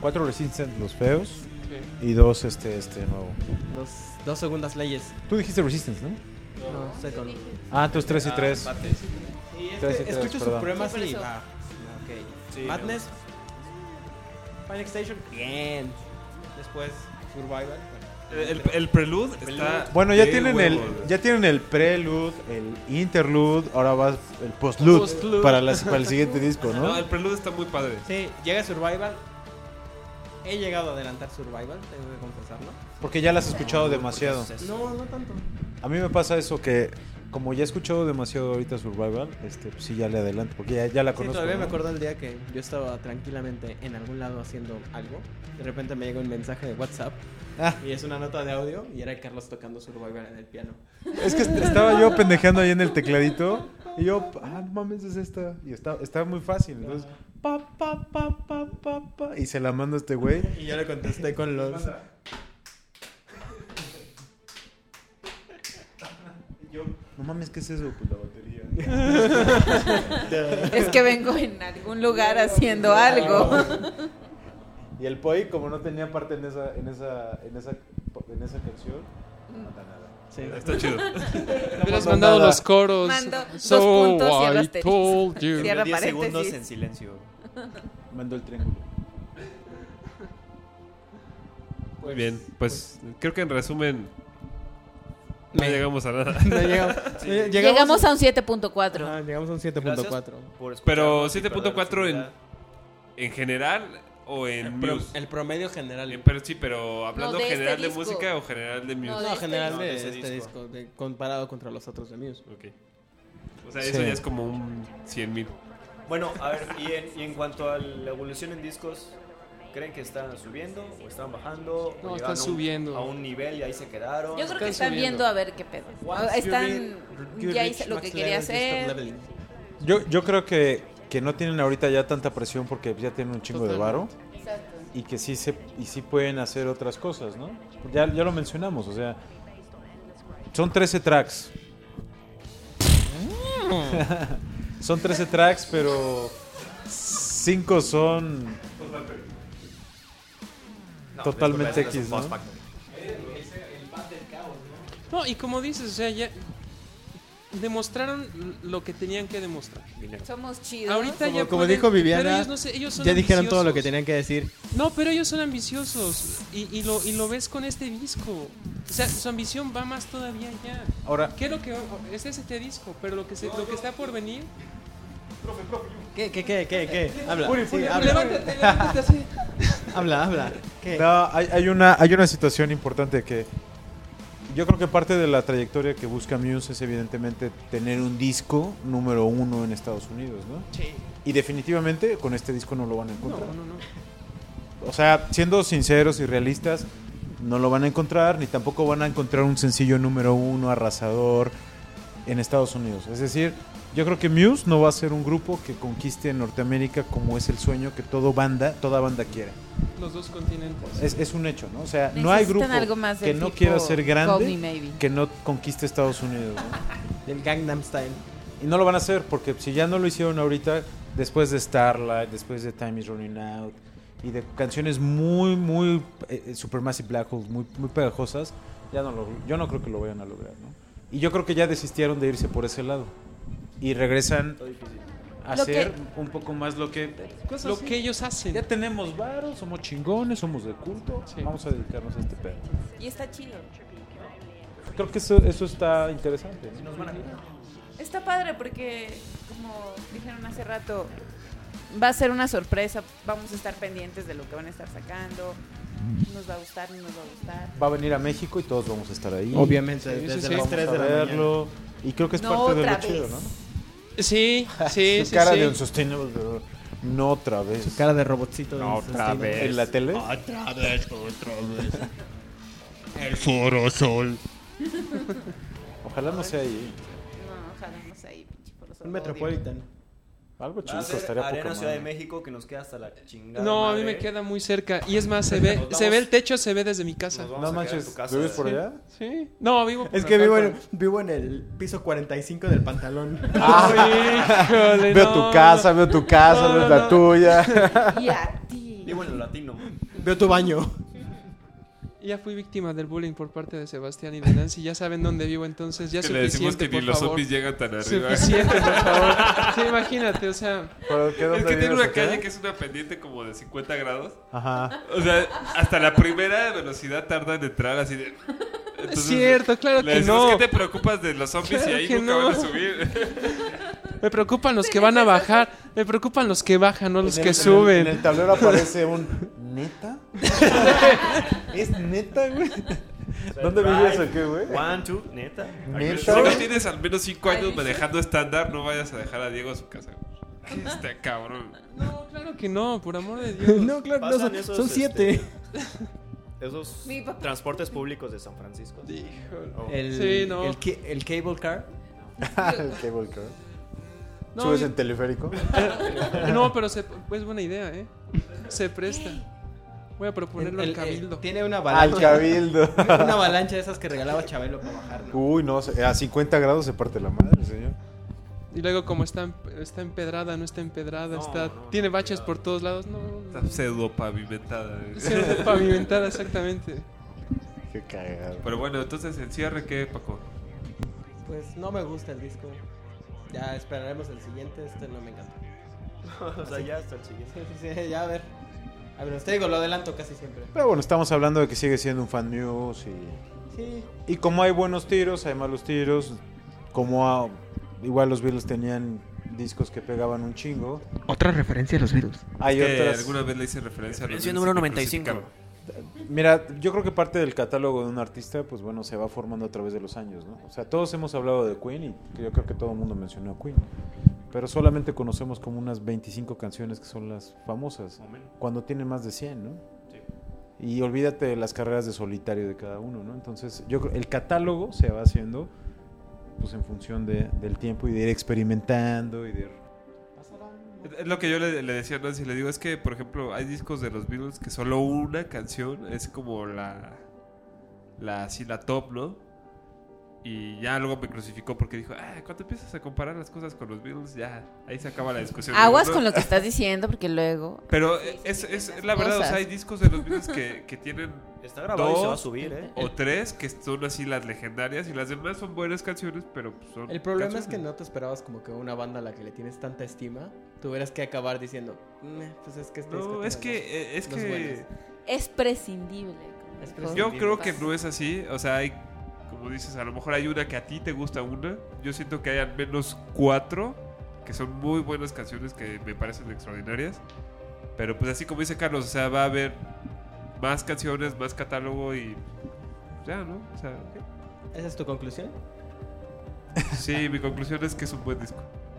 Speaker 2: Cuatro Resistance, los feos.
Speaker 4: sí.
Speaker 2: Y dos, este, este nuevo.
Speaker 1: Dos, dos segundas leyes.
Speaker 2: Tú dijiste Resistance, ¿no?
Speaker 1: No, sé con.
Speaker 2: Ah, entonces tres y tres.
Speaker 1: Sí, es
Speaker 2: Tres
Speaker 1: que
Speaker 2: y tres,
Speaker 1: este escucho sus
Speaker 2: perdón.
Speaker 1: problemas
Speaker 6: Sí, por
Speaker 1: y
Speaker 6: eso.
Speaker 1: va. Ok. Madness. Panic Station. Bien. Después Survival.
Speaker 5: El, el prelude está.
Speaker 2: Bueno, ya
Speaker 5: de
Speaker 2: tienen el,
Speaker 5: huevos.
Speaker 2: ya tienen el prelude, el interlude, ahora va el postlude,
Speaker 4: Postlude.
Speaker 2: Para, las- para el siguiente disco,
Speaker 5: No,
Speaker 2: ¿no?
Speaker 5: el prelude está muy padre.
Speaker 1: Sí, llega Survival. He llegado a adelantar Survival, tengo que confesarlo.
Speaker 2: Porque ya las has escuchado demasiado.
Speaker 1: No, no tanto.
Speaker 2: A mí me pasa eso que como ya he escuchado demasiado ahorita Survival, este, pues sí ya le adelanto, porque ya, ya la
Speaker 1: Sí,
Speaker 2: conozco.
Speaker 1: todavía
Speaker 2: ¿no?
Speaker 1: me acuerdo el día que yo estaba tranquilamente en algún lado haciendo algo. De repente me llega un mensaje de WhatsApp.
Speaker 2: Ah.
Speaker 1: Y es una nota de audio y era Carlos tocando Survivor en el piano.
Speaker 2: Es que est- estaba yo pendejando ahí en el tecladito Y yo, ah, no mames, es esta. Y está, está muy fácil. Entonces, pa, pa, pa, pa, pa, pa. Y se la mando a este güey.
Speaker 1: Y yo le contesté con los.
Speaker 2: No mames, ¿qué es eso? Pues la batería.
Speaker 6: Es que vengo en algún lugar haciendo algo. <laughs>
Speaker 2: Y el poi, como no tenía parte en esa, en esa, en esa, en esa canción, no da nada.
Speaker 5: Está chido.
Speaker 4: Hubieras
Speaker 2: mandó
Speaker 4: mandado
Speaker 2: nada.
Speaker 4: los coros.
Speaker 6: Mando dos
Speaker 4: so
Speaker 6: puntos y el
Speaker 4: I
Speaker 6: asterisco.
Speaker 4: told you.
Speaker 6: Cierra
Speaker 7: 10 segundos
Speaker 6: paréntesis.
Speaker 7: en silencio.
Speaker 2: Mandó el triángulo.
Speaker 5: <laughs> Muy bien, pues creo que en resumen no
Speaker 1: Me-
Speaker 5: llegamos a nada.
Speaker 1: <laughs> No, llegamos, Eh, llegamos,
Speaker 6: Llegamos a un
Speaker 1: Ah,
Speaker 6: 7.4.
Speaker 1: llegamos a un 7.4.
Speaker 7: Por escucharnos
Speaker 5: Pero
Speaker 7: y perder
Speaker 5: 7.4
Speaker 7: la
Speaker 5: en, en general o en
Speaker 1: Pro-
Speaker 5: Muse.
Speaker 1: el promedio general.
Speaker 5: En- Pero sí, pero hablando
Speaker 6: No, de
Speaker 5: general
Speaker 6: este
Speaker 5: de
Speaker 6: disco.
Speaker 5: música o general de
Speaker 6: No,
Speaker 5: Muse.
Speaker 1: no,
Speaker 6: de este
Speaker 1: general
Speaker 7: disco.
Speaker 1: de,
Speaker 7: No, de ese
Speaker 1: este
Speaker 7: disco.
Speaker 1: disco, de- comparado contra los otros de Muse.
Speaker 5: Ok. O sea,
Speaker 2: Sí.
Speaker 5: eso ya es como un 100 mil.
Speaker 7: Bueno, a ver, y en, y en cuanto a la evolución en discos, ¿creen que están subiendo o están bajando?
Speaker 4: No,
Speaker 7: o
Speaker 4: están
Speaker 7: llegaron a un-
Speaker 4: subiendo.
Speaker 7: A un nivel y ahí se quedaron.
Speaker 6: Yo creo que
Speaker 4: Están
Speaker 6: están
Speaker 4: subiendo.
Speaker 6: viendo a ver qué pedo. Ah, Están.
Speaker 1: You
Speaker 6: Ya
Speaker 1: reach
Speaker 6: hice lo que
Speaker 1: max
Speaker 6: quería
Speaker 1: level digital
Speaker 6: hacer.
Speaker 1: leveling.
Speaker 2: Yo, yo creo que, que no tienen ahorita ya tanta presión porque ya tienen un chingo de varo.
Speaker 6: Exacto.
Speaker 2: y que sí se y sí pueden hacer otras cosas, ¿no? Ya, ya lo mencionamos, o sea, son 13 tracks. <laughs> son 13 tracks, pero 5 son totalmente X, ¿no?
Speaker 4: No, y como dices, o sea, ya demostraron lo que tenían que demostrar.
Speaker 6: Somos chidos.
Speaker 4: Ahorita
Speaker 1: Como-
Speaker 4: ya
Speaker 1: como
Speaker 4: pueden-
Speaker 1: dijo Viviana,
Speaker 4: pero ellos no sé, ellos son
Speaker 1: Ya dijeron todo lo
Speaker 4: ambiciosos.
Speaker 1: que tenían que decir.
Speaker 4: No, pero ellos son ambiciosos y, y lo, y lo ves con este disco. O sea, su ambición va más todavía ya.
Speaker 2: Ahora,
Speaker 4: ¿Qué es lo que este es este disco? Pero lo que se- lo que está por venir.
Speaker 1: ¿Qué, qué, qué, qué, qué? Habla. sí, habla.
Speaker 4: levántate, levántate así.
Speaker 1: habla, habla. ¿Qué?
Speaker 2: no, hay, hay una, hay una situación importante que yo creo que parte de la trayectoria que busca Muse es evidentemente tener un disco número uno en Estados Unidos, ¿no? Y definitivamente con este disco no lo van a
Speaker 4: No,
Speaker 2: encontrar.
Speaker 4: no, no.
Speaker 2: O sea, siendo sinceros y realistas, no lo van a encontrar, ni tampoco van a encontrar un sencillo número uno arrasador en Estados Unidos. Es decir, yo creo que Muse no va a ser un grupo que conquiste en Norteamérica como es el sueño que todo banda, toda banda quiere.
Speaker 4: Los dos continentes.
Speaker 2: Es, es un hecho, ¿no? O sea, no hay grupo
Speaker 6: Necesitan algo más
Speaker 2: que
Speaker 6: del
Speaker 2: no
Speaker 6: tipo
Speaker 2: quiera ser
Speaker 6: Call Me
Speaker 2: grande
Speaker 6: Maybe.
Speaker 2: que no conquiste Estados Unidos. ¿no?
Speaker 1: El Gangnam Style.
Speaker 2: Y no lo van a hacer porque si ya no lo hicieron ahorita, después de Starlight, después de Time is Running Out y de canciones muy, muy eh, eh, Supermassive Black Holes, muy, muy pegajosas, ya no lo- yo no creo que lo vayan a lograr. ¿no? Y yo creo que ya desistieron de irse por ese lado y regresan a
Speaker 6: Lo
Speaker 2: hacer un poco más lo que
Speaker 4: Lo que ellos
Speaker 2: ya
Speaker 4: hacen.
Speaker 2: tenemos varos, somos chingones, somos de culto,
Speaker 4: Sí.
Speaker 2: vamos a dedicarnos a este pedo.
Speaker 6: Y está chido.
Speaker 2: Creo que eso, eso está interesante. ¿no?
Speaker 6: Está padre porque, como dijeron hace rato, va a ser una sorpresa. Vamos a estar pendientes de lo que van a estar sacando. Nos va a gustar, no nos va a gustar.
Speaker 2: Va a venir a México y todos vamos a estar ahí.
Speaker 1: Obviamente,
Speaker 4: Sí, sí,
Speaker 1: desde
Speaker 4: sí.
Speaker 1: las
Speaker 2: Vamos
Speaker 1: 3
Speaker 2: a
Speaker 1: de la mañana.
Speaker 2: verlo. Y creo que es
Speaker 6: No,
Speaker 2: parte de lo
Speaker 6: otra
Speaker 2: chido,
Speaker 6: vez.
Speaker 2: ¿no?
Speaker 4: Sí,
Speaker 2: <laughs>
Speaker 4: sí,
Speaker 2: Su
Speaker 4: sí.
Speaker 2: cara
Speaker 4: sí.
Speaker 2: de un sostenible. No otra vez.
Speaker 1: Su cara de robotcito. No, otra
Speaker 2: ¿En la tele?
Speaker 9: Otra vez, otra vez. El foro sol.
Speaker 2: Ojalá no sea ahí.
Speaker 6: No, ojalá no sea ahí, pinche por los
Speaker 1: Un Metropolitan.
Speaker 2: Algo
Speaker 7: Va
Speaker 2: chido
Speaker 7: a ser
Speaker 2: estaría poca
Speaker 7: Arena Ciudad de
Speaker 2: madre.
Speaker 7: México que nos queda hasta la chingada.
Speaker 4: No, a mí
Speaker 7: madre.
Speaker 2: ¿eh?
Speaker 4: me queda muy cerca. Y es más,
Speaker 2: <laughs>
Speaker 4: se ve,
Speaker 7: Nos
Speaker 4: se
Speaker 7: vamos-
Speaker 4: ve el techo, se ve desde mi casa.
Speaker 7: Nos vamos
Speaker 2: No
Speaker 7: a quedar
Speaker 2: manches,
Speaker 7: en tu casa.
Speaker 2: ¿vives por allá?
Speaker 4: Sí. No, vivo por
Speaker 1: Es que
Speaker 4: acá,
Speaker 1: vivo
Speaker 2: <laughs>
Speaker 4: pero-
Speaker 1: en, vivo en el piso 45 del pantalón.
Speaker 4: <laughs> Híjole,
Speaker 2: Ah. veo
Speaker 4: no,
Speaker 2: tu casa, veo tu casa,
Speaker 4: No,
Speaker 2: veo
Speaker 4: no,
Speaker 2: la
Speaker 4: no.
Speaker 2: tuya.
Speaker 6: Y a
Speaker 1: <laughs>
Speaker 6: ti.
Speaker 7: Vivo en lo latino.
Speaker 1: Veo tu baño.
Speaker 4: no. Ya fui víctima del bullying por parte de Sebastián y de Nancy. Ya saben dónde vivo, entonces ya
Speaker 5: Que le decimos
Speaker 4: suficiente,
Speaker 5: que ni
Speaker 4: por
Speaker 5: los
Speaker 4: favor.
Speaker 5: zombies llegan tan arriba.
Speaker 4: Suficiente, por
Speaker 5: <laughs>
Speaker 4: favor. Sí, imagínate, o sea,
Speaker 2: ¿Pero qué,
Speaker 5: Es
Speaker 2: dónde
Speaker 5: que tiene
Speaker 2: vives,
Speaker 5: una
Speaker 2: acá?
Speaker 5: calle que es una pendiente como de 50 grados.
Speaker 2: Ajá.
Speaker 5: O sea, hasta la primera velocidad tarda en entrar así de...
Speaker 4: es
Speaker 5: Entonces,
Speaker 4: cierto, claro
Speaker 5: le
Speaker 4: que
Speaker 5: decimos,
Speaker 4: no.
Speaker 5: ¿Qué te preocupas de los zombies
Speaker 4: Claro
Speaker 5: y ahí
Speaker 4: que
Speaker 5: nunca
Speaker 4: no.
Speaker 5: van a subir?
Speaker 4: <laughs> Me preocupan los que van a bajar, me preocupan los que bajan, no los que suben.
Speaker 2: Pues En el tablero aparece un. ¿Neta? ¿Es neta,
Speaker 7: <laughs>
Speaker 2: güey? ¿Dónde vivías o qué, güey?
Speaker 7: One, two, neta.
Speaker 5: Si
Speaker 2: ¿Neta?
Speaker 5: no
Speaker 2: güey?
Speaker 5: tienes al menos 5
Speaker 6: Ay,
Speaker 5: años
Speaker 6: sí.
Speaker 5: manejando estándar, no vayas a dejar a Diego a su casa. güey. ¿Qué Este cabrón.
Speaker 4: No, claro que no, por
Speaker 2: <laughs>
Speaker 4: amor de Dios.
Speaker 1: no, claro, no,
Speaker 7: Pasan
Speaker 1: son,
Speaker 7: esos, este?
Speaker 1: son siete.
Speaker 7: Esos
Speaker 6: Mi papá.
Speaker 7: transportes públicos de San Francisco.
Speaker 4: Híjole.
Speaker 7: Oh.
Speaker 1: El,
Speaker 4: Sí, no.
Speaker 1: el, ca- el cable car.
Speaker 2: El cable car.
Speaker 4: No,
Speaker 2: ¿Subes
Speaker 4: y-
Speaker 2: en teleférico?
Speaker 4: No, pero se- es buena idea, ¿eh? Se presta. Voy a proponerlo
Speaker 1: El-
Speaker 4: al
Speaker 1: el-
Speaker 4: cabildo.
Speaker 1: eh, tiene una
Speaker 2: Al
Speaker 1: avalancha.
Speaker 2: cabildo.
Speaker 1: <laughs>
Speaker 2: <laughs>
Speaker 1: Una avalancha de esas que regalaba Chabelo para bajar, ¿no?
Speaker 2: Uy, no, se- a 50 grados se parte la madre, señor.
Speaker 4: Y luego como está, em- está empedrada, no está empedrada,
Speaker 5: No,
Speaker 4: está,
Speaker 5: no,
Speaker 4: tiene
Speaker 5: no,
Speaker 4: baches
Speaker 5: cuidado.
Speaker 4: por todos lados, no.
Speaker 5: Está pseudo
Speaker 4: <laughs>
Speaker 5: pavimentada. eh.
Speaker 4: Sí, está pavimentada exactamente.
Speaker 2: Qué cagado.
Speaker 5: Pero bueno, entonces el cierre, ¿qué, Paco?
Speaker 1: Pues no me gusta el disco. Ya esperaremos el siguiente, este no me encanta.
Speaker 7: <laughs> O sea, ya hasta el siguiente.
Speaker 1: <laughs> Sí, sí, sí, ya a ver. A ver, te digo, lo adelanto casi siempre.
Speaker 2: Pero bueno, estamos hablando de que sigue siendo un fan news y,
Speaker 1: Sí,
Speaker 2: y como hay buenos tiros, hay malos tiros, como a- igual los Beatles tenían discos que pegaban un chingo,
Speaker 10: Otra referencia a los virus.
Speaker 2: hay
Speaker 5: que
Speaker 2: otras...
Speaker 5: alguna vez le hice referencia a los
Speaker 7: Referencia
Speaker 5: Beatles
Speaker 7: número
Speaker 5: que
Speaker 7: 95.
Speaker 5: crucificaban.
Speaker 2: Mira, yo creo que parte del catálogo de un artista, pues bueno, se va formando a través de los años, ¿no? O sea, todos hemos hablado de Queen y yo creo que todo el mundo mencionó a Queen. Pero solamente conocemos como unas 25 canciones que son las famosas, cuando tienen más de 100, ¿no? Y olvídate de las carreras de solitario de cada uno, ¿no? Entonces, yo creo el catálogo se va haciendo pues en función de- del tiempo y de ir experimentando y de ir-
Speaker 5: Es lo que yo le, le decía a Nancy, le digo, es que, por ejemplo, hay discos de los Beatles que solo una canción es como la, la, así la top, ¿no? Y ya luego me crucificó porque dijo, ah, cuando empiezas a comparar las cosas con los Beatles, ya, ahí se acaba la discusión.
Speaker 6: Aguas
Speaker 5: Digo,
Speaker 6: con
Speaker 5: "No".
Speaker 6: lo que estás diciendo porque luego...
Speaker 5: <laughs> Pero
Speaker 6: Sí, sí,
Speaker 5: es,
Speaker 6: sí,
Speaker 5: es
Speaker 6: las
Speaker 5: la verdad, o
Speaker 6: cosas.
Speaker 5: sea, hay discos de los Beatles
Speaker 6: <laughs>
Speaker 5: que, que tienen
Speaker 7: Está grabado y se va a
Speaker 5: Dos.
Speaker 7: subir, ¿eh?
Speaker 5: o tres que son así las legendarias y las demás son buenas canciones, pero pues, son...
Speaker 1: el problema es que
Speaker 5: canciones.
Speaker 1: no te esperabas como que una banda a la que le tienes tanta estima, tuvieras que acabar diciendo, "Meh, pues es que este disco
Speaker 5: No, es
Speaker 1: tiene
Speaker 5: que...
Speaker 1: dos".
Speaker 5: eh, Es
Speaker 1: los
Speaker 5: que...
Speaker 1: buenos.
Speaker 6: Es prescindible. como
Speaker 1: Es
Speaker 6: dijo
Speaker 1: prescindible.
Speaker 5: Yo creo que
Speaker 6: Paz.
Speaker 5: no es así. O sea, hay, como dices, a lo mejor hay una que a ti te gusta una. Yo siento que hay al menos cuatro que son muy buenas canciones que me parecen extraordinarias. Pero pues así como dice Carlos, o sea, va a haber más canciones, más catálogo y ya, ¿no? O sea,
Speaker 1: ¿Esa es tu conclusión?
Speaker 5: sí, mi conclusión es que es un buen disco.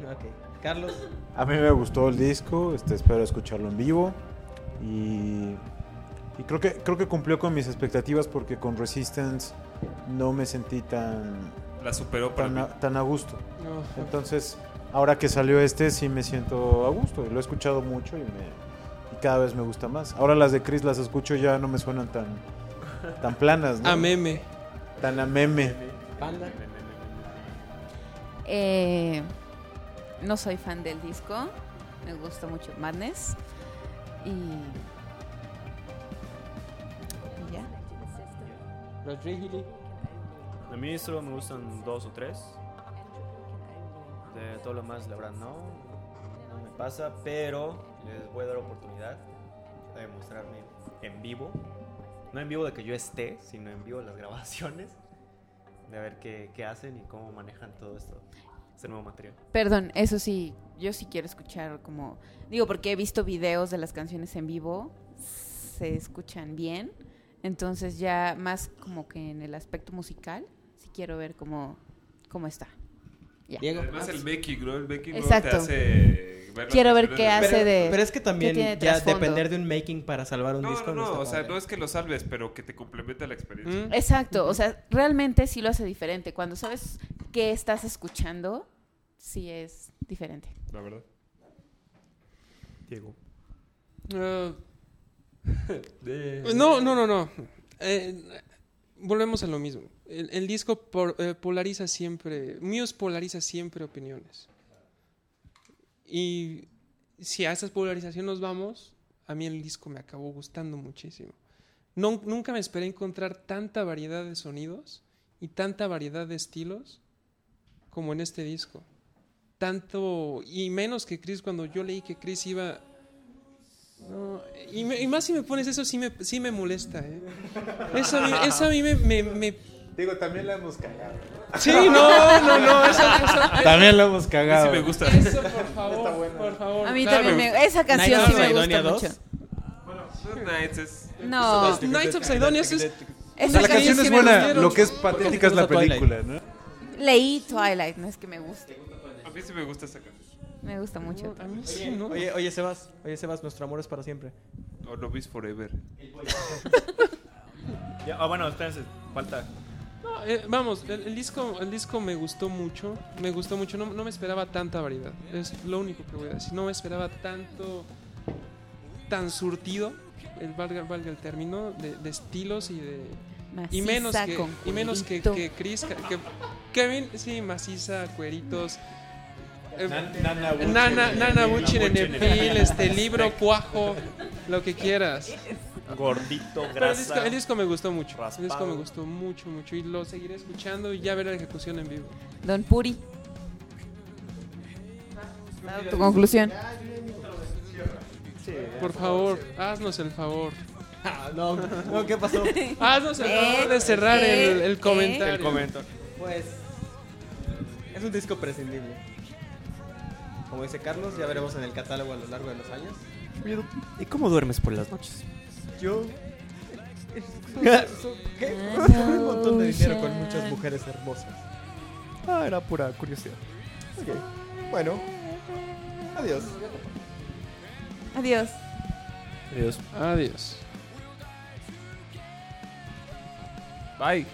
Speaker 1: Ok. Carlos, <laughs>
Speaker 2: A mí me gustó el disco, este, espero escucharlo en vivo y, y creo, que, creo que cumplió con mis expectativas porque con Resistance no me sentí tan,
Speaker 5: La superó para
Speaker 2: tan,
Speaker 5: mí.
Speaker 2: a, tan a gusto.
Speaker 4: No.
Speaker 2: Entonces, ahora que salió este sí me siento a gusto y lo he escuchado mucho y, me, y cada vez me gusta más. Ahora las de Chris las escucho y ya no me suenan tan, tan planas, <laughs> ¿no?
Speaker 4: A meme.
Speaker 2: Tan a meme.
Speaker 1: Panda.
Speaker 6: Eh, no soy fan del disco. Me gusta mucho Madness. Y... y ya.
Speaker 1: Rodrigo.
Speaker 7: A mí solo me gustan dos o tres. De todo lo más, la verdad, no. No me pasa, pero les voy a dar oportunidad de mostrarme en vivo. No en vivo de que yo esté, sino en vivo las <laughs> grabaciones. De ver qué, qué hacen y cómo manejan todo esto. Este nuevo material.
Speaker 6: Perdón, eso sí, yo sí quiero escuchar como... Digo, porque he visto videos de las canciones en vivo, se escuchan bien, entonces ya más como que en el aspecto musical, sí quiero ver cómo, cómo está. Ya.
Speaker 1: Diego.
Speaker 5: Además el making, ¿no? El making ¿no?
Speaker 6: Exacto.
Speaker 5: te hace... ver las
Speaker 6: Quiero ver
Speaker 5: canciones
Speaker 6: qué
Speaker 5: de-
Speaker 6: hace.
Speaker 1: pero,
Speaker 6: de-
Speaker 1: pero es que también
Speaker 6: tiene
Speaker 1: ya
Speaker 6: trasfondo.
Speaker 1: depender de un making para salvar un
Speaker 5: No,
Speaker 1: disco.
Speaker 5: no, no,
Speaker 1: está
Speaker 5: o sea,
Speaker 1: padre.
Speaker 5: no es que lo salves, pero que te complementa la experiencia.
Speaker 4: ¿Mm?
Speaker 6: Exacto, o sea, realmente sí lo hace diferente. Cuando sabes qué estás escuchando, sí es diferente.
Speaker 5: La verdad.
Speaker 7: Diego.
Speaker 4: Ah, no, no, no, no. Eh, volvemos a lo mismo. El, el disco por- eh, polariza siempre, Muse polariza siempre opiniones. Y si a esa polarización nos vamos, a mí el disco me acabó gustando muchísimo. No- nunca me esperé encontrar tanta variedad de sonidos y tanta variedad de estilos como en este disco. Tanto y menos que Chris cuando yo leí que Chris iba no, y, me- y más si me pones eso, sí me, sí me molesta, ¿eh? Eso a mí, eso a mí me, me- me-
Speaker 2: Digo, también la hemos cagado.
Speaker 4: Sí, <laughs> no, no, no, eso,
Speaker 2: También la hemos
Speaker 5: A mí
Speaker 2: cagado.
Speaker 5: sí me gusta.
Speaker 6: <laughs>
Speaker 4: eso, por favor, por favor.
Speaker 6: A mí
Speaker 4: Claro.
Speaker 6: también me, esa canción
Speaker 1: Nights
Speaker 6: sí
Speaker 1: of
Speaker 6: me
Speaker 1: Sidonia
Speaker 6: gusta
Speaker 1: 2.
Speaker 6: mucho.
Speaker 5: Nights es...
Speaker 6: No,
Speaker 4: Knights of Sidonius es...
Speaker 2: O
Speaker 6: esa
Speaker 2: sea, la
Speaker 4: Esa
Speaker 2: canción
Speaker 4: canción
Speaker 2: es
Speaker 4: sí me
Speaker 2: buena,
Speaker 4: gustó.
Speaker 2: lo que es patética es la
Speaker 1: Porque te gusta
Speaker 2: película, ¿no?
Speaker 6: leí Twilight, no es que me guste,
Speaker 5: A mí sí me gusta esa canción.
Speaker 6: me gusta mucho.
Speaker 4: A mí sí, ¿no?
Speaker 1: Oye, oye, Sebas, oye, Sebas, nuestro amor es para siempre.
Speaker 5: O no Forever.
Speaker 7: Ah, bueno, espérense, falta.
Speaker 4: No, eh, vamos, el, el disco, el disco me gustó mucho, me gustó mucho, no, no me esperaba tanta variedad, es lo único que voy a decir, no me esperaba tanto, tan surtido, el, valga, valga el término, de, de estilos y de... Y menos,
Speaker 6: Maciza
Speaker 4: que,
Speaker 6: con
Speaker 4: y menos que,
Speaker 6: culito.
Speaker 4: que Chris, que, que Kevin, sí, maciza, cueritos. eh, Nana, Nana Bucci, Nenepil, <laughs> este libro, cuajo, lo que quieras.
Speaker 10: Gordito,
Speaker 4: Pero el disco,
Speaker 10: grasa.
Speaker 4: el disco me gustó mucho.
Speaker 10: raspado.
Speaker 4: El disco me gustó mucho, mucho. Y lo seguiré escuchando y ya veré la ejecución en vivo.
Speaker 6: Don Puri. Tu conclusión.
Speaker 4: Por favor, haznos el favor.
Speaker 1: <laughs> Ah, no, no, ¿qué <laughs> pasó?
Speaker 4: Haznos el favor de cerrar
Speaker 6: eh,
Speaker 4: el, el
Speaker 6: eh.
Speaker 4: comentario.
Speaker 3: El comento.
Speaker 1: Pues es un disco prescindible. Como dice Carlos, ya veremos en el catálogo a lo largo de los años.
Speaker 7: ¿Y cómo duermes por las noches?
Speaker 1: Yo. ¿Qué? un montón de dinero con muchas mujeres hermosas.
Speaker 7: Ah, era pura curiosidad.
Speaker 1: Ok. Bueno. Adiós.
Speaker 6: Adiós.
Speaker 7: Adiós.
Speaker 4: Adiós.
Speaker 7: Bye.